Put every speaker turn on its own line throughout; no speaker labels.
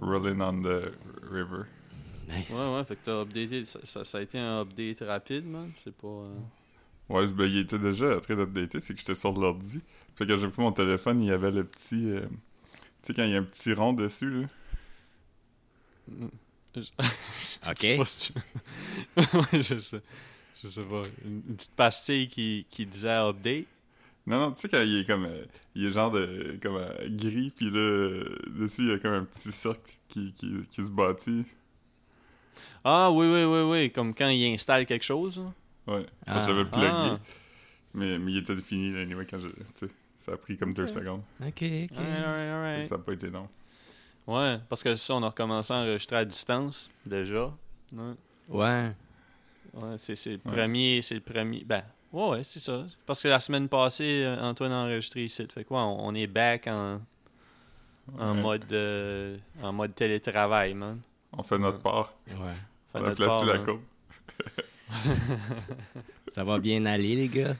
Dancing on the River.
Nice.
Ouais, ouais, fait que t'as updaté. Ça, ça, ça a été un update rapide, man. C'est pas. euh,
Ouais, ben, il était déjà très updaté, c'est que j'étais sur l'ordi. Fait que quand j'ai pris mon téléphone, il y avait le petit. euh, Tu sais, quand il y a un petit rond dessus, là.
mm,
OK.
Je sais pas si tu- Ouais, je sais. Je sais pas. Une, une petite pastille qui, qui disait update.
Non, non, tu sais, quand il est comme. euh, il est genre de. comme euh, gris, puis là, euh, dessus, il y a comme un petit cercle qui, qui, qui se bâtit.
Ah, oui, oui, oui, oui. Comme quand il installe quelque chose. là.
Ouais.
Ah.
J'avais le plugué.
Ah.
Mais, mais il était fini, là, anyway, quand je. Tu sais, ça a pris comme deux secondes.
OK, OK.
Alright, alright,
Fait que
alright.
Ça a pas été long.
Ouais, parce que ça, on a recommencé à enregistrer à distance, déjà. Ouais,
Ouais.
ouais c'est c'est le
Ouais.
premier, c'est le premier... Ben, ouais, ouais, c'est ça. Parce que la semaine passée, euh, Antoine a enregistré ici. Fait quoi, on, on est back en, en
Ouais.
mode euh, en mode télétravail, man.
On fait notre part.
Ouais.
Fait
on
notre
aplatit
part,
la
hein.
courbe.
Ça va bien aller, les gars.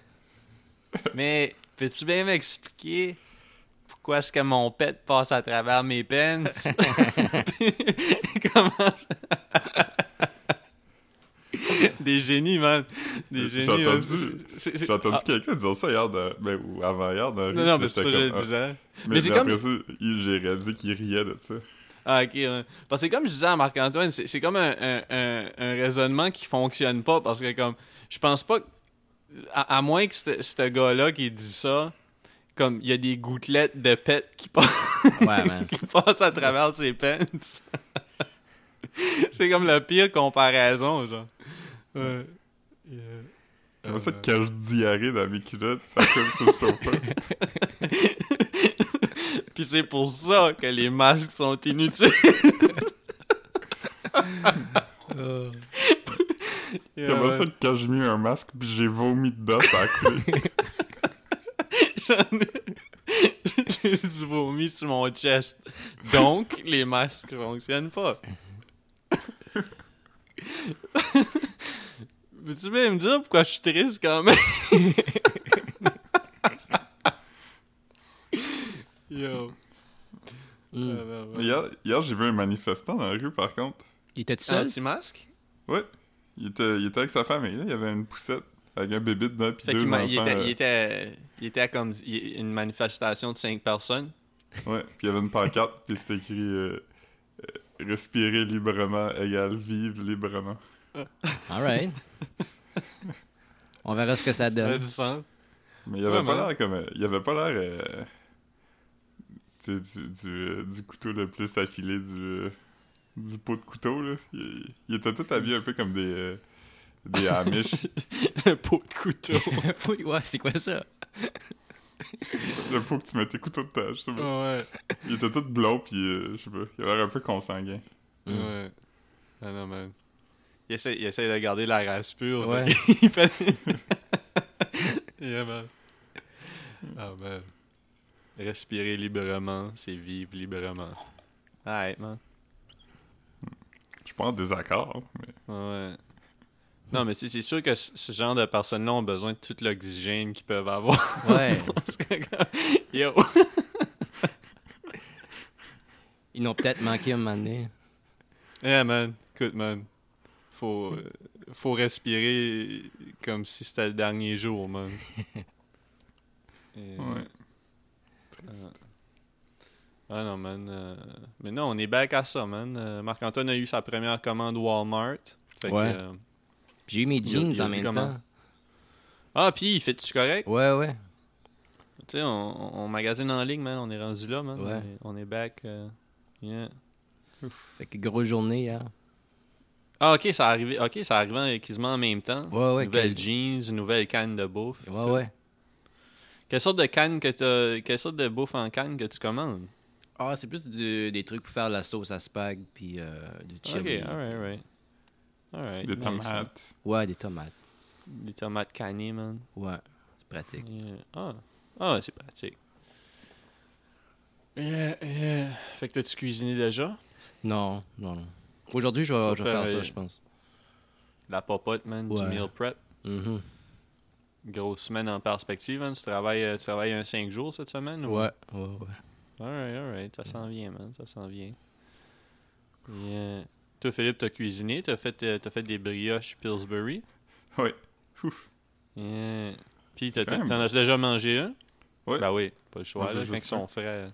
Mais, peux-tu bien m'expliquer pourquoi est-ce que mon pet passe à travers mes peines? Comment ça- Des génies, man. Des
J'ai
génies. man.
entendu-
C'est- c'est-
J'ai entendu
Ah,
quelqu'un dire ça hier, dans- ben, ou avant hier, dans
Non, non, mais c'est ça que je le
disais.
disais.
Mais,
Mais c'est
après ça, il- j'ai réalisé qu'il riait de ça.
Ah, ok. ouais. Parce que comme je disais à Marc-Antoine, c'est c'est comme un, un- un- un raisonnement qui fonctionne pas parce que comme je pense pas que, à, à moins que ce ce gars-là qui dit ça, comme il y a des gouttelettes de pets qui passent,
Ouais, man.
qui passent à travers ses pants. c'est comme la pire comparaison, genre. Ouais.
Comment ça, quand je diarrhée dans mes culottes, ça coule sur le sofa.
Puis c'est pour ça que les masques sont inutiles.
Comment ça, quand j'ai mis un masque pis j'ai vomi dedans, ça a coulé.
J'en ai- J'ai du vomi sur mon chest. Donc, les masques fonctionnent pas. Peux-tu bien me dire pourquoi je suis triste quand même? Yo. Euh,
Mm.
Hier, hier, j'ai vu un manifestant dans la rue, par contre.
Il était tout
ah,
seul?
Anti-masque?
Ouais. Il était, il était avec sa famille, là. Il y avait une poussette avec un bébé dedans pis
Fait
deux
qu'il
enfants.
m'a- il était, il
euh,
était, il était à comme il- une manifestation de cinq personnes.
euh, Ouais, pis il y avait une pancarte pis c'était écrit... euh, euh, Respirer librement égale vivre librement.
All right. On verra ce que ça
Ça fait
donne.
du sens.
Mais il avait
Ouais,
pas
mais-
l'air comme. euh, Il avait pas l'air. euh, tu sais, du, du, euh, du couteau le plus affilé du, euh, du pot de couteau, là. Il, il était tout habillé un peu comme des. euh, des Amish.
Le pot de couteau.
Oui, ouais, c'est quoi ça?
le pot que tu mets tes couteaux de pêche, c'est bon.
ouais.
Il était tout blond, pis euh, je sais pas. Il avait l'air un peu consanguin.
Mm.
Ouais. Ah non, man. Il essaie, il essaie de garder la race pure.
Ouais.
mais il fait... yeah, man. Ah, man. Respirer librement, c'est vivre librement. Alright, man.
Je suis pas en désaccord, mais.
Ouais. Non, mais tu sais, c'est sûr que c- ce genre de personnes-là ont besoin de tout l'oxygène qu'ils peuvent avoir.
Ouais.
Parce que quand- Yo!
Ils n'ont peut-être manqué un moment donné.
Yeah, man. Écoute, man. Faut, euh, faut respirer comme si c'était le dernier jour, man. Et-
Ouais.
Ah non, man. euh, Mais non, on est back à ça, man. Euh, Marc-Antoine a eu sa première commande Walmart. Fait que,
Ouais.
euh,
J'ai eu mes
Il a-
jeans
il a
en
vu
même
comment?
temps.
Ah, puis, fait-tu correct?
Ouais, ouais.
Tu sais, on, on magasine en ligne, man. On est rendu là, man.
Ouais.
On, est, on est back. euh, yeah.
Fait que grosse journée hein. hier.
Ah, ok, ça arrivait, ok, ça arrivait quasiment en même temps.
Ouais, ouais.
nouvelle
que-
jeans, nouvelle canne de bouffe.
Ouais, ouais.
Quelle sorte de canne que t'as- quelle sorte de bouffe en canne que tu commandes?
Ah, c'est plus du- des trucs pour faire la sauce à spag puis euh, du chili.
Ok, alright, alright. Alright.
Des
nice, hein.
tomates.
Ouais, des tomates.
Des tomates cannées, man.
Ouais, c'est pratique.
Yeah. Ah, ah ouais, c'est pratique. Yeah, yeah. Fait que t'as-tu cuisiné déjà?
Non, non, non. Aujourd'hui, je vais,
Faut
je vais faire
faire,
ça,
euh,
je pense.
La popote, man, du
Ouais.
meal prep.
Mhm.
Grosse semaine en perspective, man. Tu travailles, euh, tu travailles un 5 jours cette semaine? ou-
Ouais, ouais, ouais.
Alright, alright. Ça s'en vient, man. Ça s'en vient. Puis, euh, toi, Philippe, t'as cuisiné, t'as fait, euh, t'as fait des brioches Pillsbury.
Oui.
Yeah. Puis, t'as-
C'est quand
t'en
même-
t'en as déjà mangé un?
Ouais.
Ben oui, pas le choix,
Moi, j'ai
là,
juste
quand ils
ça.
sont frais.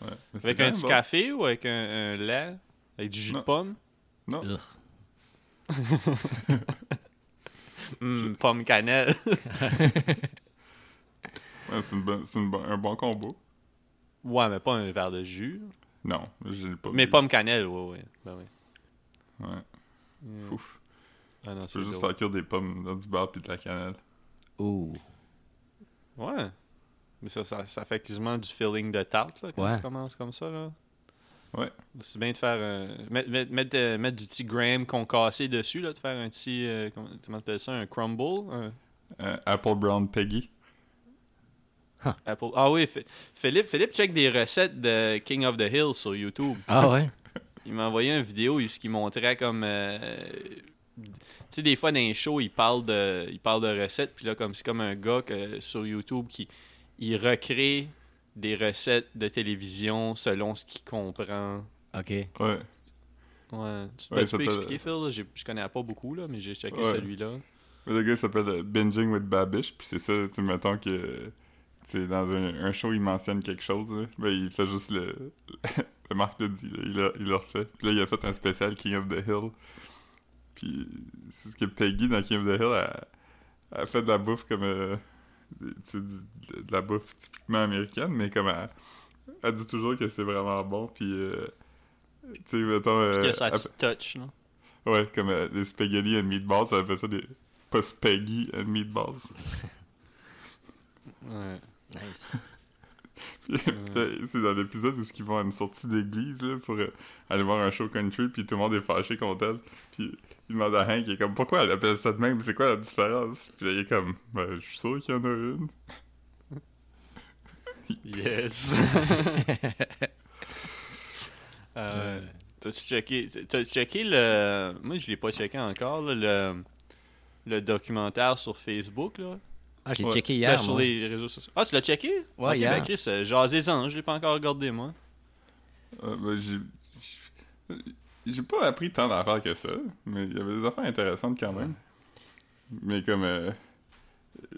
Ouais. Mais c'est
Avec
quand
un
même
petit
bon.
café ou avec un, un lait? Avec du jus de
Non.
pomme?
Non.
Ugh.
Hum, pomme cannelle.
Ouais, c'est une bonne- c'est une bonne- un bon combo.
ouais, mais pas un verre de jus.
Non, je l'ai pas
Mais
bu.
pomme cannelle, ouais, ouais. Ben oui.
Ouais.
Yeah.
Ouf.
Mm. Ah
Tu
non,
peux
c'est
juste
drôle.
faire cuire des pommes dans du bar puis de la cannelle.
Ouh.
Ouais. Mais ça, ça, ça fait quasiment du filling de tarte, là, quand
Ouais.
tu commences comme ça, là.
Ouais.
C'est bien de faire un... Mettre, mettre, mettre, euh, mettre du petit graham concassé dessus, là, de faire un petit... euh, comment comment t'appelles ça? Un crumble? Un
Euh, Apple Brown Peggy.
apple... Ah oui, Fi- Philippe, Philippe check des recettes de King of the Hill sur YouTube.
Ah ouais?
Il m'a envoyé une vidéo où il- ce qui montrait comme euh, tu sais des fois dans les shows, ils parlent de ils parlent de recettes puis là comme c'est comme un gars que- sur YouTube qui il recrée des recettes de télévision selon ce qu'il comprend.
OK.
Ouais.
Ouais. Tu,
Ouais,
ben, tu
ça
peux
t'a-
expliquer Phil, là? J'ai- je connais pas beaucoup là, mais j'ai checké
Ouais. Euh,
celui-là.
Mais Le gars il s'appelle euh, Binging with Babish, puis c'est ça, tu sais, mettons que euh, tu sais, dans un, un show, il mentionne quelque chose, là, ben, il fait juste le. le Marc l'a dit, là, il, a, il l'a refait. Puis là, il a fait un spécial King of the Hill. Puis c'est parce que Peggy dans King of the Hill, elle, elle fait de la bouffe comme. euh, tu sais, du- de la bouffe typiquement américaine, mais comme elle, elle dit toujours que c'est vraiment bon, puis. euh, tu sais, mettons.
Puis
euh,
que ça
elle-
te touch là.
Ouais, comme euh, les spaghettis and meatballs, ça appelle ça des pas spaghetti and meatballs.
Ouais.
Nice.
Puis, euh, c'est dans l'épisode où ils vont à une sortie d'église là, pour euh, aller voir un show country, puis tout le monde est fâché contre elle. Puis il demande à Hank, il est comme pourquoi elle appelle ça de même, c'est quoi la différence Puis là, il est comme ben, je suis sûr qu'il y en a une.
Yes. Euh, T'as-tu checké, t'as checké le. Moi, je l'ai pas checké encore, là, le, le documentaire sur Facebook. Là.
Ah, j'ai
Ouais.
checké
Ben,
hier.
sur
moi.
les réseaux sociaux. Ah, tu l'as checké?
Ouais,
Ok,
hier.
ben, Chris, euh, jasez-en, je l'ai pas encore regardé, moi.
Euh, ben, j'ai. j'ai- J'ai pas appris tant d'affaires que ça, mais il y avait des affaires intéressantes quand même. Mais comme. euh,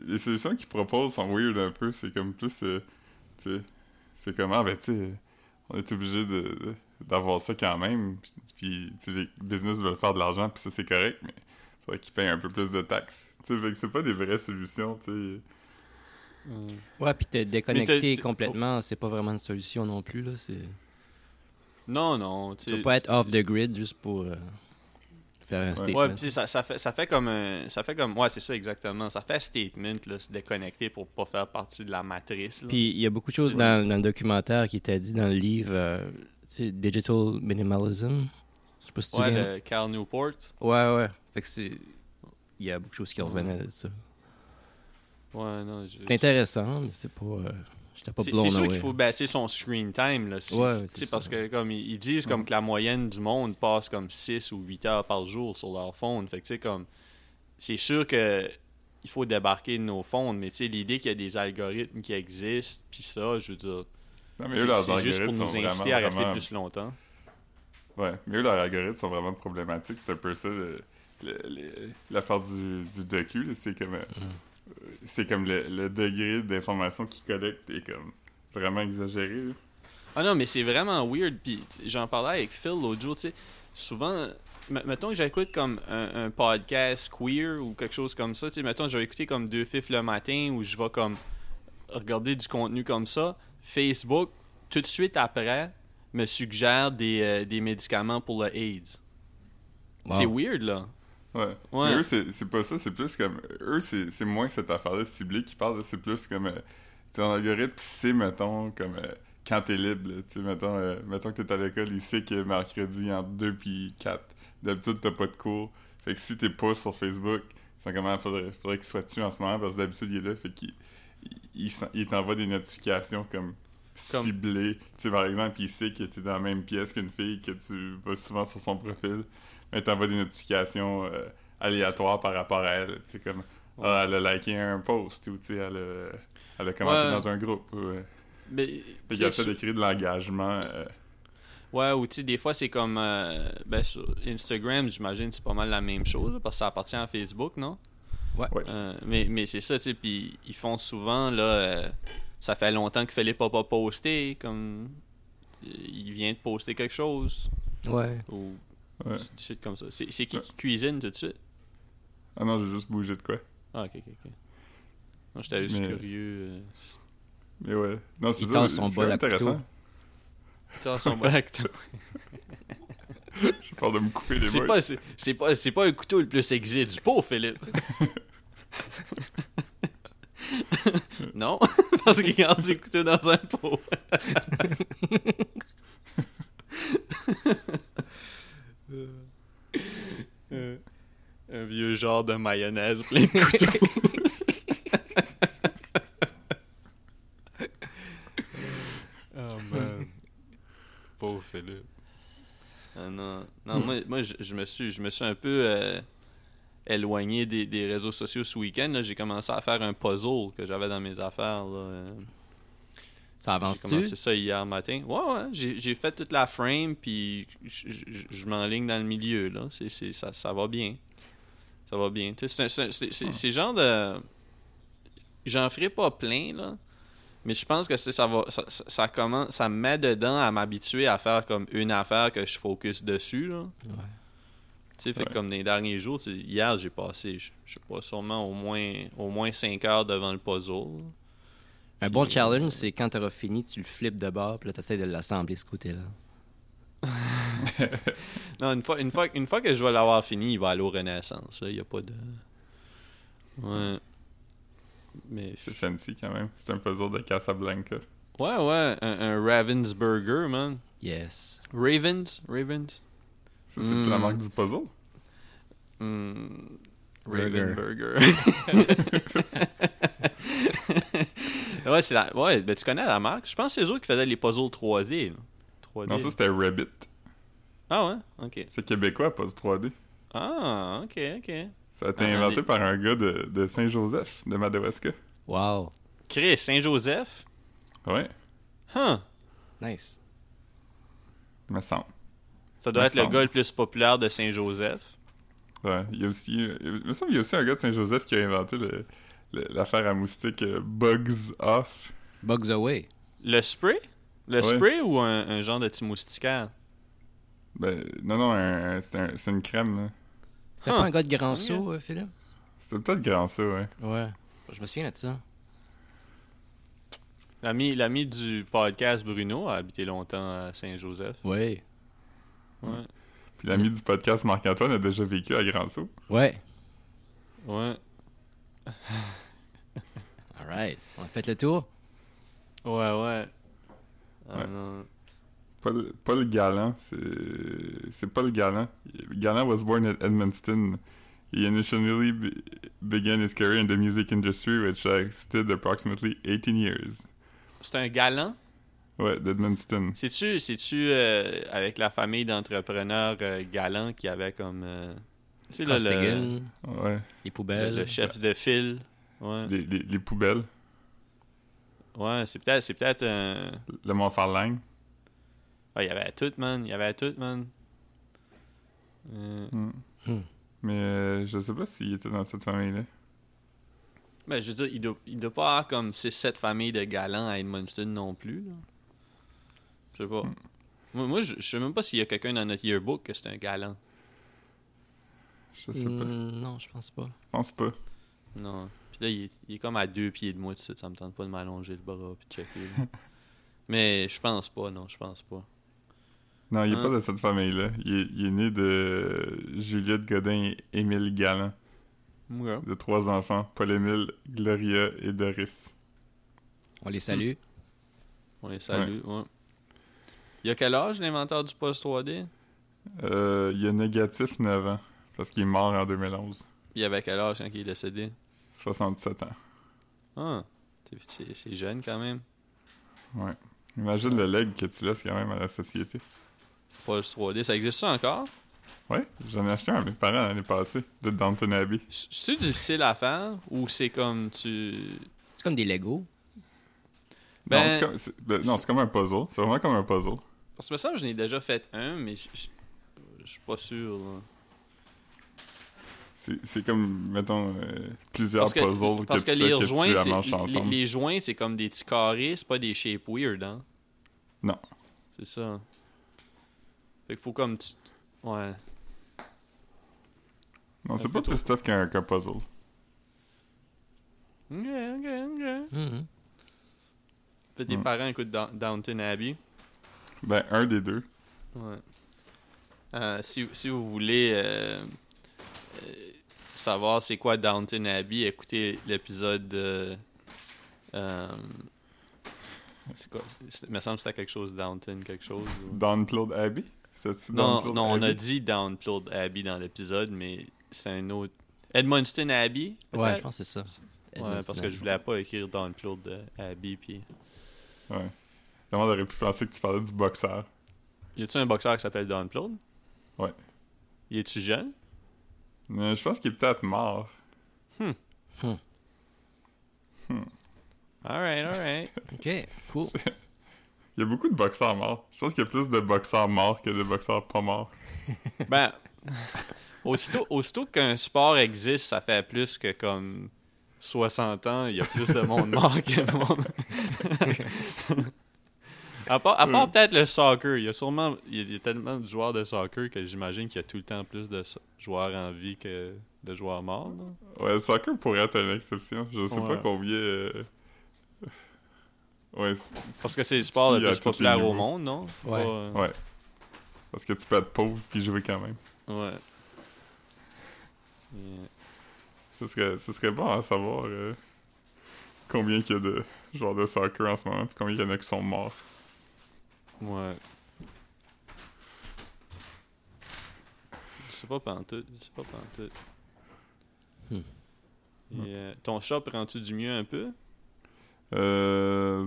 les solutions qu'ils proposent sont weird un peu, c'est comme plus. euh, tu sais, c'est comme, ah ben tu sais, on est obligé de, de- d'avoir ça quand même, puis- puis tu sais, les business veulent faire de l'argent, puis ça c'est correct, mais faudrait qu'ils payent un peu plus de taxes. Tu sais, fait que c'est pas des vraies solutions, tu sais.
Ouais, puis te
Mais
déconnecter
t'as-
complètement, c'est pas vraiment une solution non plus. Là. C'est...
Non, non.
Tu
sais
peux pas être off the grid juste pour euh, faire un statement.
Ouais, pis ça, ça, fait, ça fait comme un- Ça fait comme. Ouais, c'est ça, exactement. Ça fait statement, là, se déconnecter pour pas faire partie de la matrice. Là.
Puis il y a beaucoup de choses dans, dans le documentaire qui était dit dans le livre, euh, tu sais, Digital Minimalism. Je sais pas si tu
ouais,
viens.
le Carl Newport.
Ouais, ouais. Fait que c'est. Il y a beaucoup de choses qui revenaient de ça.
Ouais, non. je-
C'est intéressant, mais c'est pas. euh, J'étais pas
C'est
blown
c'est sûr
away.
qu'il faut baisser son screen time. Là. C'est-
Ouais,
c'est-
ouais,
tu
c'est
sais,
ça.
parce que comme ils ils disent comme que la moyenne du monde passe comme 6 ou 8 heures par jour sur leur phone. Fait que, tu sais, comme c'est sûr que il faut débarquer de nos phones, mais tu sais, l'idée qu'il y a des algorithmes qui existent, puis ça, je veux dire,
Non, mais eux,
c'est
leurs
c'est juste
algorithmes
pour
sont
nous
vraiment,
inciter à rester
vraiment-
plus longtemps.
Ouais, mais eux, leurs algorithmes sont vraiment problématiques. C'est un peu ça, le- le- le- l'affaire du, du docu. là, C'est comme, euh, euh, c'est comme le, le degré d'information qu'ils collectent est comme vraiment exagéré. là.
Ah non, mais c'est vraiment weird. Puis t- j'en parlais avec Phil l'autre jour, tu sais. Souvent, m- mettons que j'écoute comme un, un podcast queer ou quelque chose comme ça, tu sais. Mettons, je vais écouter comme deux fifs le matin ou je vais comme regarder du contenu comme ça. Facebook, tout de suite après, me suggère des, euh, des médicaments pour le AIDS.
Wow.
C'est weird, là.
Ouais.
Ouais.
Mais eux, c'est c'est pas ça. C'est plus comme. Eux, c'est c'est moins cette affaire-là ciblée qui parle. là, C'est plus comme. euh, ton algorithme, c'est, mettons, comme. euh, quand t'es libre, là, tu sais, mettons, euh, mettons que t'es à l'école, il sait que mercredi entre 2 puis 4. D'habitude, t'as pas de cours. Fait que si t'es pas sur Facebook, c'est comme ah, faudrait, faudrait qu'il soit dessus en ce moment parce que d'habitude, il est là. Fait qu'il il, il s'en- il t'envoie des notifications comme,
Comme-
ciblées. Tu sais, par exemple, il sait que t'es dans la même pièce qu'une fille, que tu vas souvent sur son profil. Mais t'envoies des notifications euh, aléatoires par rapport à elle. Tu sais, comme, ah, elle a liké un post ou tu sais, elle a, elle a commenté
Ouais.
dans un groupe. ou, euh,
Mais,
fait
tu
qu'il
sais,
essaie de créer de l'engagement. euh,
Ouais, ou tu sais, des fois, c'est comme. euh, ben, sur Instagram, j'imagine, c'est pas mal la même chose, là, parce que ça appartient à Facebook, non?
Ouais.
Ouais.
Euh, mais mais c'est ça, tu sais, puis ils font souvent, là. euh, ça fait longtemps que Philippe a pas posté, comme. euh, Il vient de poster quelque chose,
Ouais.
ou
Ouais.
du shit comme ça. C'est c'est qui
Ouais.
qui cuisine tout de suite?
Ah non, j'ai juste bougé de quoi.
Ah, ok, ok, ok. Moi, j'étais juste
Mais-
curieux. euh,
Mais ouais. Non, c'est
Il
ça.
tend son
C'est
bol
quand même
à couteau.
intéressant.
Ça, son bon acteur.
J'ai peur de me couper les
C'est
mains.
pas, c'est- c'est pas, c'est pas un couteau le plus sexy du pot, Philippe. non, parce qu'il garde ses couteaux dans un pot. Euh, un vieux genre de mayonnaise plein de couteaux. oh man. Pauvre Philippe. Ah non, non moi, moi je, je me suis, je me suis un peu euh, éloigné des, des réseaux sociaux ce week-end. là. J'ai commencé à faire un puzzle que j'avais dans mes affaires. là. Euh,
Ça
J'ai
avance-tu?
commencé ça hier matin. Ouais, ouais. J'ai j'ai fait toute la frame, puis je- je je m'enligne dans le milieu. Là. C'est- c'est- ça, ça va bien. Ça va bien. Tu sais, C'est un- c'est un- c'est- c'est- c'est genre de. J'en ferai pas plein, là. Mais je pense que c'est- ça va. Ça, ça- ça commence. Ça me met dedans à m'habituer à faire comme une affaire que je focus dessus, là.
Ouais.
Tu sais, fait que
Ouais.
comme les derniers jours, tu sais, hier, j'ai passé, je je sais pas, sûrement au moins, au moins 5 heures devant le puzzle.
Un bon challenge, c'est quand t'auras fini, tu le flippes de bord, puis là, t'essaies de l'assembler ce côté-là.
Non, une fois, une fois, une fois que je vais l'avoir fini, il va aller au Renaissance. Là, il n'y a pas de. Ouais. Mais.
C'est fancy quand même. C'est un puzzle de Casablanca.
Ouais, ouais, un, un Ravensburger, man.
Yes.
Ravens Ravens
Ça, c'est-tu la
Hmm.
marque du puzzle?
Hmm.
Burger.
Ravenburger. ouais, c'est la. Ouais, ben, tu connais la marque. Je pense que c'est eux autres qui faisaient les puzzles 3D. là. 3D.
Non, ça, c'était Rabbit.
Ah ouais? Ok.
C'est québécois, puzzle 3D.
Ah, ok, ok.
Ça a été
Ah,
inventé
mais-
par un gars de, de Saint-Joseph, de Madawaska.
Wow.
Chris, Saint-Joseph?
Ouais,
Huh.
Nice.
me semble.
Ça doit
Me
être le
semble.
gars le plus populaire de Saint-Joseph.
Ouais, il y a aussi... Il me semble qu'il y a aussi un gars de Saint-Joseph qui a inventé le- le- l'affaire à moustique euh, Bugs Off.
Bugs away.
Le spray? Le
Ouais.
spray ou un, un genre de petit moustiquaire?
Ben, non, non, un- c'est un- c'est une crème, là.
C'était
Huh. Oh,
pas un gars de grand
Ok.
saut, euh, Philippe?
C'était peut-être grand, ça, ouais.
Ouais. Je me souviens de ça.
L'ami, l'ami du podcast Bruno a habité longtemps à Saint-Joseph.
Ouais.
Ouais.
Puis l'ami
Hmm.
du podcast Marc-Antoine a déjà vécu à Grand Saut.
Ouais.
Ouais.
All right. On a fait le tour?
Ouais,
Ouais.
ouais. Ah, non.
Paul, Paul Galland, c'est c'est Paul Galland. Galland was born at Edmundston. He initially be- began his career in the music industry, which lasted approximately 18 years.
C'est un galant?
Ouais, d'Edmundston.
C'est-tu, c'est-tu euh, avec la famille d'entrepreneurs euh, galants qui avait comme. euh, tu sais, là, le,
Costigan,
Ouais,
les
le-
poubelles.
le chef de file. Ouais,
les, les, les poubelles,
ouais c'est, peut-être, c'est peut-être un.
le Montfarlang.
Ouais, il y avait à tout, man. Il y avait à tout, man. Euh,
Hmm.
Hmm.
Mais euh, je sais pas s'il était dans cette famille-là.
ben, je veux dire, il doit, il doit pas avoir comme 6-7 familles de galants à Edmundston non plus. là. Je sais pas. Moi, moi, je, je sais même pas s'il y a quelqu'un dans notre yearbook que c'est un galant.
Je sais pas.
Hmm, non, je pense pas.
Je pense pas.
Non. Puis là, il est, il est comme à deux pieds de moi, tout de suite. Ça me tente pas de m'allonger le bras puis de checker. là. Mais je pense pas, non, je pense pas.
Non, il est
Hein?
pas de cette famille-là. Il, est- il est né de Juliette Godin et Émile Galland. de trois enfants, Paul-Émile, Gloria et Doris.
On les salue.
On les salue, ouais. Il y a quel âge l'inventeur du post 3D
Euh, il a négatif 9 ans, parce qu'il est mort en 2011.
Il y avait quel âge quand il est décédé
67 ans.
Ah, c'est- c'est c'est jeune quand même.
Imagine le leg que tu laisses quand même à la société.
Pulse 3D, ça existe ça encore?
Ouais, j'en ai acheté un à mes parents l'année passée, de Downton Abbey.
C- C'est difficile à faire ou c'est comme tu.
C'est comme des Legos.
Non,
Ben-
ben, c'est comme- c'est- ben, Non, c'est comme, un puzzle. C'est vraiment comme un puzzle.
Parce que me semble que je n'ai déjà fait un, mais je je- je suis pas sûr. là.
C'est c'est comme, mettons, euh, plusieurs
Parce que-
puzzles que,
Parce que,
tu fais
les
que tu
joints,
la
c'est-
manches
les,
ensemble.
les joints, c'est comme des petits carrés, c'est pas des shapes weird, hein?
Non.
C'est ça. Fait qu'il faut comme tu... Ouais.
Non, c'est
Ah,
pas
plutôt.
plus tough qu'un qu'un puzzle.
Ok, ok, ok.
Mhm.
Fait tes
Ouais.
parents écoutent Down- Downton Abbey.
Ben, un des deux.
Ouais. Euh, si, si vous voulez euh, euh, savoir c'est quoi Downton Abbey, écoutez l'épisode de. euh, c'est quoi c'est- Il me semble que c'était quelque chose Downton, quelque chose. ou-
Download Abbey? C'est-tu
Non,
Download
non on a
Abbey?
dit Downton Abbey dans l'épisode, mais c'est un autre. Edmundston Abbey peut-être?
Ouais, je pense que c'est ça.
Ouais, parce que je voulais pas écrire Downton Abbey. Puis...
Ouais. Le monde aurait pu penser que tu parlais du boxeur.
Y a-tu un boxeur qui s'appelle Downton
Ouais.
Y est-tu jeune
Mais je pense qu'il est peut-être mort.
Alright, alright.
Ok, cool.
Il y a beaucoup de boxeurs morts. Je pense qu'il y a plus de boxeurs morts que de boxeurs pas morts.
Ben, aussitôt, aussitôt qu'un sport existe, ça fait plus que comme 60 ans, il y a plus de monde mort que de monde. à part, à
Hmm.
part peut-être le soccer, il y a sûrement il y a, il y a tellement de joueurs de soccer que j'imagine qu'il y a tout le temps plus de so- joueurs en vie que de joueurs morts. non?
Ouais, le soccer pourrait être une exception. Je sais
Ouais.
pas combien. euh, Ouais. c'est-
Parce que c'est le sport le
Il y a
plus
tous les
populaire au
niveaux.
monde, non? C'est
Ouais.
pas, euh,
Ouais. Parce que tu peux être pauvre puis jouer quand même.
ouais. Yeah.
Ce serait, ce serait bon à savoir euh, combien il y a de joueurs de soccer en ce moment puis combien il y en a qui sont morts.
Ouais. Je sais pas pantoute, je sais pas pantoute.
Hmm.
Et, euh, ton chat prends-tu du mieux un peu?
Euh.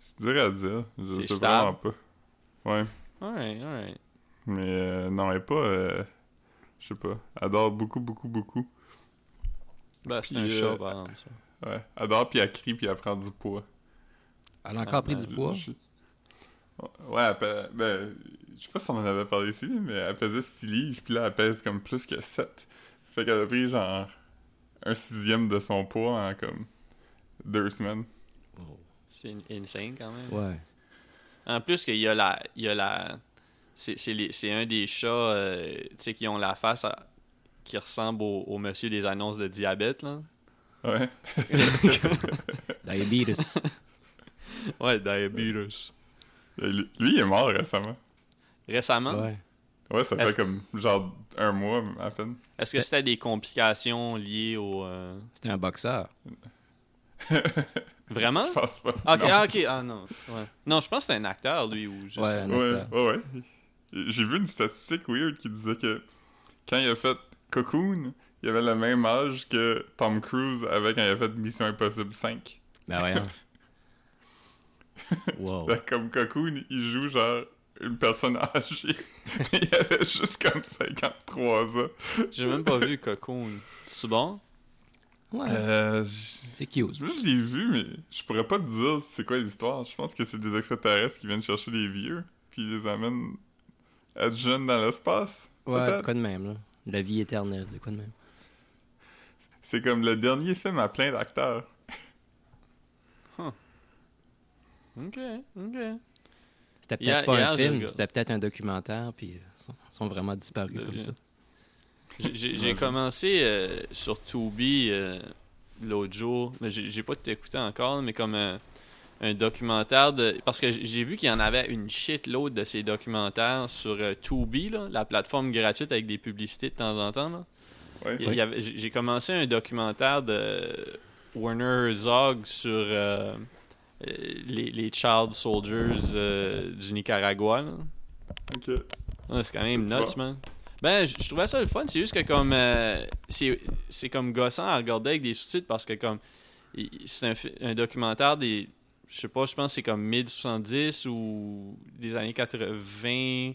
C'est dur à dire. Je
C'est
sais
stable.
vraiment pas. Ouais.
Alright, alright.
Mais euh, non, elle est pas. euh, je sais pas. Adore beaucoup, beaucoup, beaucoup.
Ben, c'est
Puis,
un
euh,
chat, par exemple, ça.
Ouais. Adore, puis elle crie, puis elle prend du poids.
Elle a encore pris du
Ah,
Je-
poids.
je- Ouais, elle pe- ben, je sais pas si on en avait parlé ici, mais elle pesait 6 livres, puis là, elle pèse comme plus que 7. Fait qu'elle a pris genre un sixième de son poids en comme deux semaines.
C'est in- insane quand même.
Ouais.
En plus qu'il y a la. Il y a la. C'est c'est les- c'est un des chats euh, tu sais, qui ont la face à- qui ressemble au, au monsieur des annonces de diabète, là.
Ouais.
Diabetes.
Ouais, diabetes.
Et Lui, lui, il est mort récemment.
Récemment?
ouais.
Ouais, ça
Est-ce-
fait comme genre un mois à peine.
Est-ce que c'était des complications liées au. euh,
C'était un boxeur.
Vraiment?
Je pense pas.
Ok,
Non.
ah, ok, ah non. Ouais. Non, je pense que c'est un acteur, lui, ou je
Ouais,
sais.
un
Ouais,
acteur.
ouais, ouais. J'ai vu une statistique weird qui disait que quand il a fait Cocoon, il avait le même âge que Tom Cruise avait quand il a fait Mission Impossible 5.
Ben voyons. Wow.
Là, comme Cocoon, il joue genre une personne âgée. Mais il avait juste comme 53 ans.
J'ai même pas vu Cocoon. C'est bon?
Ouais,
Euh, je
c'est cute.
je l'ai vu, mais je pourrais pas te dire c'est quoi l'histoire. Je pense que c'est des extraterrestres qui viennent chercher des vieux, puis ils les amènent à être jeunes dans l'espace.
Ouais,
peut-être.
quoi de même, là. La vie éternelle, de quoi de même.
C'est comme le dernier film à plein d'acteurs.
Ok, ok.
C'était peut-être
Hier-
pas
hier,
un
j'ai
film,
regardé.
c'était peut-être un documentaire, puis euh, ils sont, ils sont vraiment disparus
De
comme
rien.
ça.
J'ai- J'ai j'ai commencé euh, sur Tubi euh, l'autre jour. Mais J'ai j'ai pas écouté encore, mais comme un, un documentaire de. Parce que j'ai vu qu'il y en avait une shitload de ces documentaires sur euh, Tubi, là, la plateforme gratuite avec des publicités de temps en temps. là.
Ouais.
Il y avait- J'ai j'ai commencé un documentaire de Werner Herzog sur euh, euh, les, les child soldiers euh, du Nicaragua. là.
Ok.
Ouais, c'est quand même
C'est
nuts,
fort.
man. Ben, je je trouvais ça le fun. C'est juste que comme. euh, c'est c'est comme gossant à regarder avec des sous-titres parce que comme. il- il- C'est un, fi- un documentaire des. Je sais pas, je pense que c'est comme 1070 ou des années 80.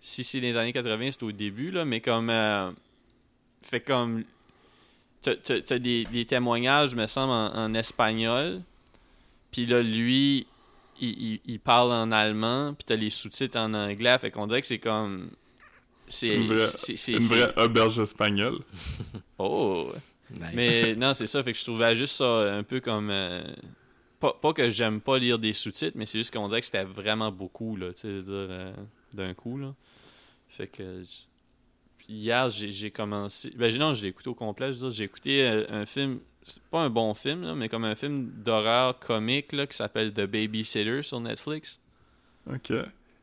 Si c'est des années 80, c'est au début, là. Mais comme. euh, fait comme. T'as- T'as t'as des, des témoignages, me semble, en, en espagnol. Puis là, lui, il- il, il- il parle en allemand, puis t'as les sous-titres en anglais, fait qu'on dirait que c'est comme. C'est.
Une vraie-
c'est- c'est-
Une
c'est-
vraie auberge espagnole.
Oh!
Nice.
Mais non, c'est ça, fait que je trouvais juste ça un peu comme. euh, Pas, pas que j'aime pas lire des sous-titres, mais c'est juste qu'on dirait que c'était vraiment beaucoup, là, tu sais, je veux dire, euh, d'un coup, là. Fait que. j- Hier, j'ai j'ai commencé. Ben, j'ai- non, je l'ai écouté au complet, je veux dire, j'ai écouté euh, un film. C'est pas un bon film, là, mais comme un film d'horreur comique, là, qui s'appelle The Babysitter sur Netflix.
Ok.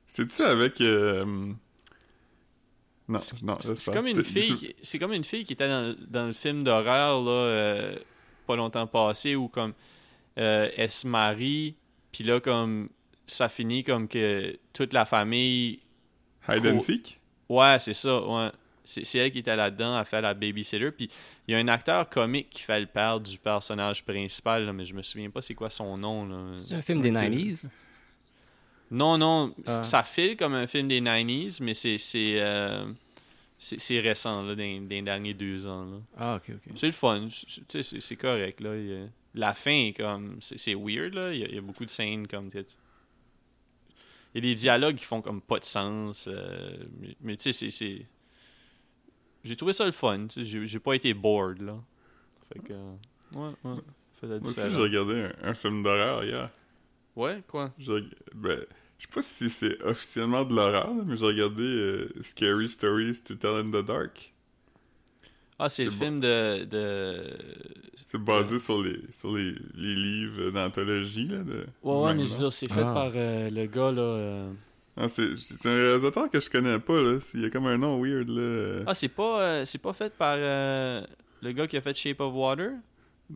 C'est-tu avec. euh, Non, non,
C'est
ça.
c'est comme une fille, qui- c'est comme une fille qui était dans, dans le film d'horreur là, euh, pas longtemps passé où comme euh, elle se marie, puis là comme ça finit comme que toute la famille,
Hide and seek?
ouais c'est ça, ouais, c'est c'est elle qui était là-dedans, elle fait la babysitter, puis il y a un acteur comique qui fait le père du personnage principal, là, mais je me souviens pas c'est quoi son nom là.
C'est un film des 90s.
Non, non,
Ah.
ça file comme un film des 90s, mais c'est c'est euh, c'est- c'est récent là, dans, dans les derniers deux ans là.
Ah, ok, ok.
C'est le fun. C'est- c'est- tu sais, C'est c'est correct. Là. Il y a- La fin est comme. C'est c'est weird. Là. Il, y a, il y a beaucoup de scènes comme. que tu- Il y a des dialogues qui font comme pas de sens. euh, mais mais tu sais, c'est- c'est. J'ai trouvé ça le fun. tu sais, J'ai j'ai pas été bored. Là. Fait que. euh, Ouais, ouais.
Moi
Faisait du
aussi, j'ai regardé un, un film d'horreur hier.
Ouais, quoi.
J'ai reg- Ben, je sais pas si c'est officiellement de l'horreur, là, mais j'ai regardé euh, Scary Stories to Tell in the Dark.
Ah, c'est le
C'est bon.
film de. de...
C'est basé sur les sur les, les livres d'anthologie. là, de-
Ouais,
du
ouais,
même
mais je veux
nom.
dire, c'est fait
fait Ah.
par euh,
par,
le gars, là. euh,
Ah, c'est c'est un réalisateur que je connais pas, là. C'est- Il y a comme un nom weird, là.
Ah, c'est pas, euh, c'est pas fait par euh, le gars qui a fait Shape of Water?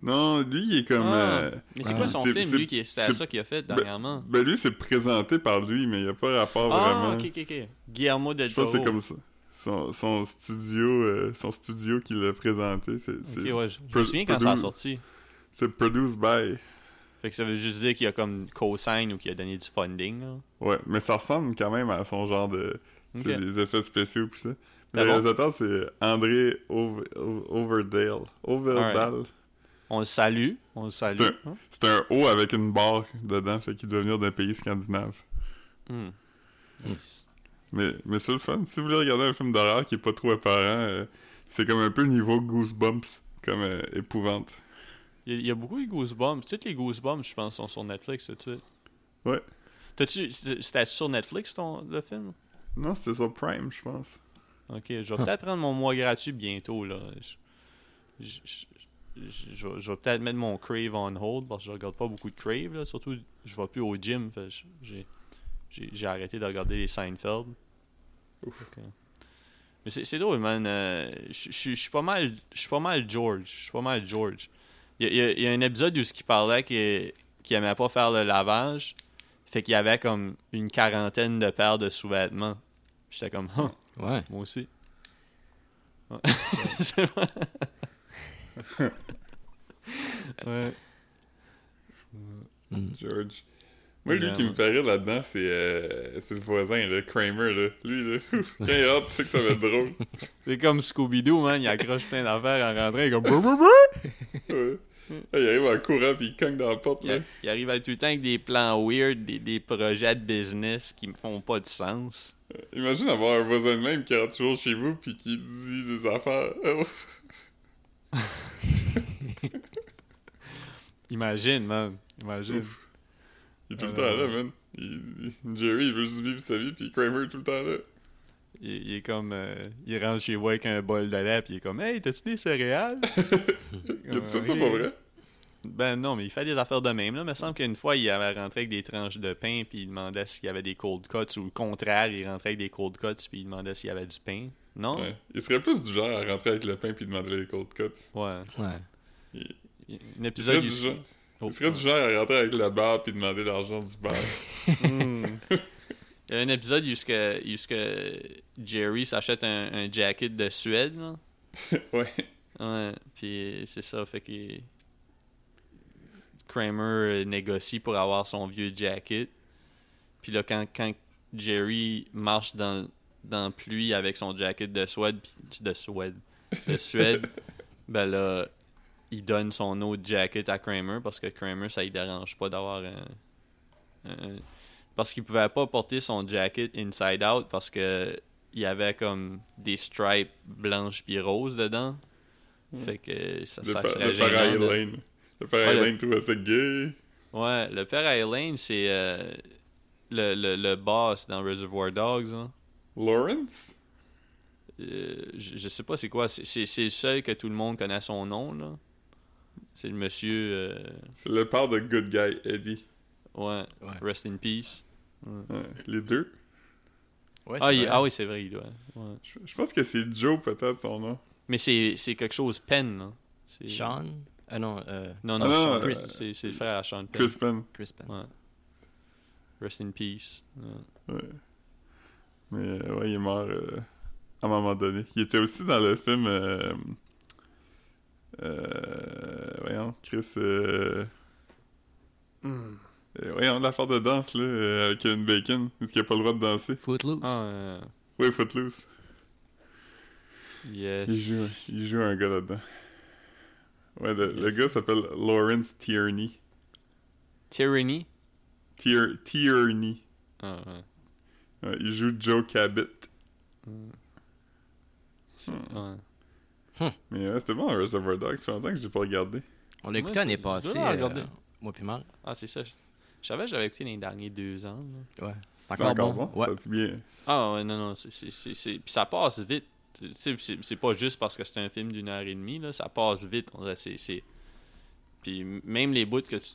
Non, lui, il est comme...
Ah.
euh,
Mais c'est
Ah.
quoi son
C'est-
film,
c'est-
lui, qui est- c'était
c'est-
ça qu'il a fait
ben,
dernièrement?
Ben, lui, c'est présenté par lui, mais il n'y a pas rapport
Ah,
vraiment.
ok, ok, ok. Guillermo del
Je pense
Toro.
que c'est comme ça. Son, son studio euh, son studio qui l'a présenté, c'est c'est-
Ok, ouais, je, je me
Pro-
souviens quand ça a
produ-
sorti.
c'est Produced by.
Fait que ça veut juste dire qu'il a comme co-sign ou qu'il a donné du funding. là.
Ouais, mais ça ressemble quand même à son genre de...
Ok.
c'est des effets spéciaux pis ça.
Ah
Le
bon?
réalisateur, c'est André Ov- Ov- Overdale. Overdale.
On le salue. On le salue.
C'est
hein.
C'est un O avec une barre dedans, fait qu'il doit venir d'un pays scandinave.
Hmm.
Mais, mais c'est le fun. Si vous voulez regarder un film d'horreur qui est pas trop apparent, euh, c'est comme un peu niveau Goosebumps, comme euh, épouvante.
Il, y a, il y a beaucoup de Goosebumps. Toutes les Goosebumps, je pense, sont sur Netflix tout de suite.
Ouais.
T'as-tu, c'était sur Netflix ton, le film?
Non, c'était sur Prime, je pense.
Ok, je vais peut-être prendre mon mois gratuit bientôt. là. Je, je- je- je- je vais- je vais peut-être mettre mon Crave on hold parce que je regarde pas beaucoup de Crave. Là. Surtout, je vais plus au gym. fait que j'ai, j'ai- j'ai arrêté de regarder les Seinfeld. Fait que- Mais c'est, c'est drôle, man. euh, je je- je suis pas mal je suis pas mal George. Je suis pas mal George. Il y a, il y a- il y a un épisode où ce qui parlait qu'il qu'il aimait pas faire le lavage. Fait qu'il y avait comme une quarantaine de paires de sous-vêtements. J'étais comme, Huh.
Ouais.
Moi aussi. Ouais. C'est vrai. ouais.
George. Moi, lui
Ouais,
qui
ouais.
me fait rire là-dedans, c'est euh, c'est le voisin, là, Kramer, là. Lui, là. Quand il rentre, tu sais que ça va être drôle.
C'est comme Scooby-Doo, man. Il accroche plein d'affaires en rentrant. Il, est comme... brr, brr, brr.
Ouais. Ah, Il arrive en courant, puis il cogne dans la porte, là.
Il- il arrive à tout le temps avec des plans weird, des, des projets de business qui me font pas de sens.
Imagine avoir un voisin de même qui rentre toujours chez vous, puis qui dit des affaires.
Imagine, man. Imagine.
il est tout le
Euh,
temps là, man. Il- il- Jerry, il veut juste vivre sa vie, puis Kramer est tout le temps là.
Il, il est comme. euh, il rentre chez vous avec un bol de lait, puis il est comme Hey, t'as-tu des céréales
Il a tout ça,
Ouais.
pour vrai?
Ben non, mais il fait des affaires de même. Là, il me semble qu'une fois, il avait rentré avec des tranches de pain, puis il demandait s'il y avait des cold cuts, ou le contraire, il rentrait avec des cold cuts, puis il demandait s'il y avait du pain. Non? Ouais.
Ouais. Il serait plus du genre à rentrer avec le pain puis demander les cold cuts.
Ouais.
Il- Un
Il serait,
épisode
du
où-
genre,
Oh,
il serait du genre à rentrer avec la barre puis demander l'argent du bar.
Hmm. Il y a un épisode où, ce que- où ce que Jerry s'achète un, un jacket de Suède, là.
ouais.
Ouais, puis c'est ça, fait que Kramer euh, négocie pour avoir son vieux jacket. Puis là, quand, quand Jerry marche dans, dans la pluie avec son jacket de Suède, puis- de Suède, de Suède, ben là, il donne son autre jacket à Kramer parce que Kramer, ça lui dérange pas d'avoir un, euh, parce qu'il pouvait pas porter son jacket inside out parce que il y avait comme des stripes blanches puis roses dedans. Fait que ça,
Le,
ça
pa-
serait
le père
gênant de-
Elaine. Le père
Ouais, le-
Elaine trouvait ça gay.
Ouais, le père à Elaine, c'est euh, le, le, le boss dans Reservoir Dogs. hein.
Lawrence?
Euh, je, je sais pas c'est quoi. C'est- C'est c'est le seul que tout le monde connaît son nom. là. C'est le monsieur. euh,
C'est le père de Good Guy Eddie.
ouais,
Ouais.
Rest in Peace.
Ouais, les deux.
Ouais,
Ah,
c'est
il-
vrai.
ah oui, c'est vrai, il doit. ouais.
Je je pense que c'est Joe, peut-être, son nom.
Mais c'est c'est quelque chose Penn. Là. C'est-
Sean? Ah non, euh,
Non, non,
Ah,
Sean-
euh,
c'est c'est le frère à Sean Penn.
Chris Penn.
Chris Penn.
Ouais. Rest in Peace. Ouais.
Ouais. Mais euh, ouais, il est mort euh, à un moment donné. Il était aussi dans le film. Euh, euh, voyons, Chris. Euh,
Hmm.
euh, voyons, l'affaire de danse, là, euh, avec Kevin Bacon. Est-ce qu'il a pas le droit de danser?
Footloose.
Ah, euh,
Oui, Footloose.
yes.
Il joue, il joue un gars là-dedans. Ouais, le, le gars s'appelle Lawrence Tierney.
Tyranny.
Tier, Tierney.
Ah, ouais.
Ouais, il joue Joe Cabot.
C'est-
Hmm.
ouais.
Mais ouais, c'était bon, Reservoir Dogs. Ça fait longtemps que j'ai pas regardé.
On l'a écouté
Moi,
l'année
je- je dois
passée.
la regarder.
euh, moi puis Marc.
Ah, c'est ça. Je je savais que j'avais écouté dans les derniers deux ans. là.
Ouais.
C'est
encore
encore
bon?
bon?
Ouais.
Ça a-tu bien...
Ah ouais, non, non, c'est... c'est- c'est- c'est- Puis ça passe vite. Tu sais, C'est c'est pas juste parce que c'est un film d'une heure et demie, là, ça passe vite. On dirait, c'est- c'est- Puis m- même les bouts que tu-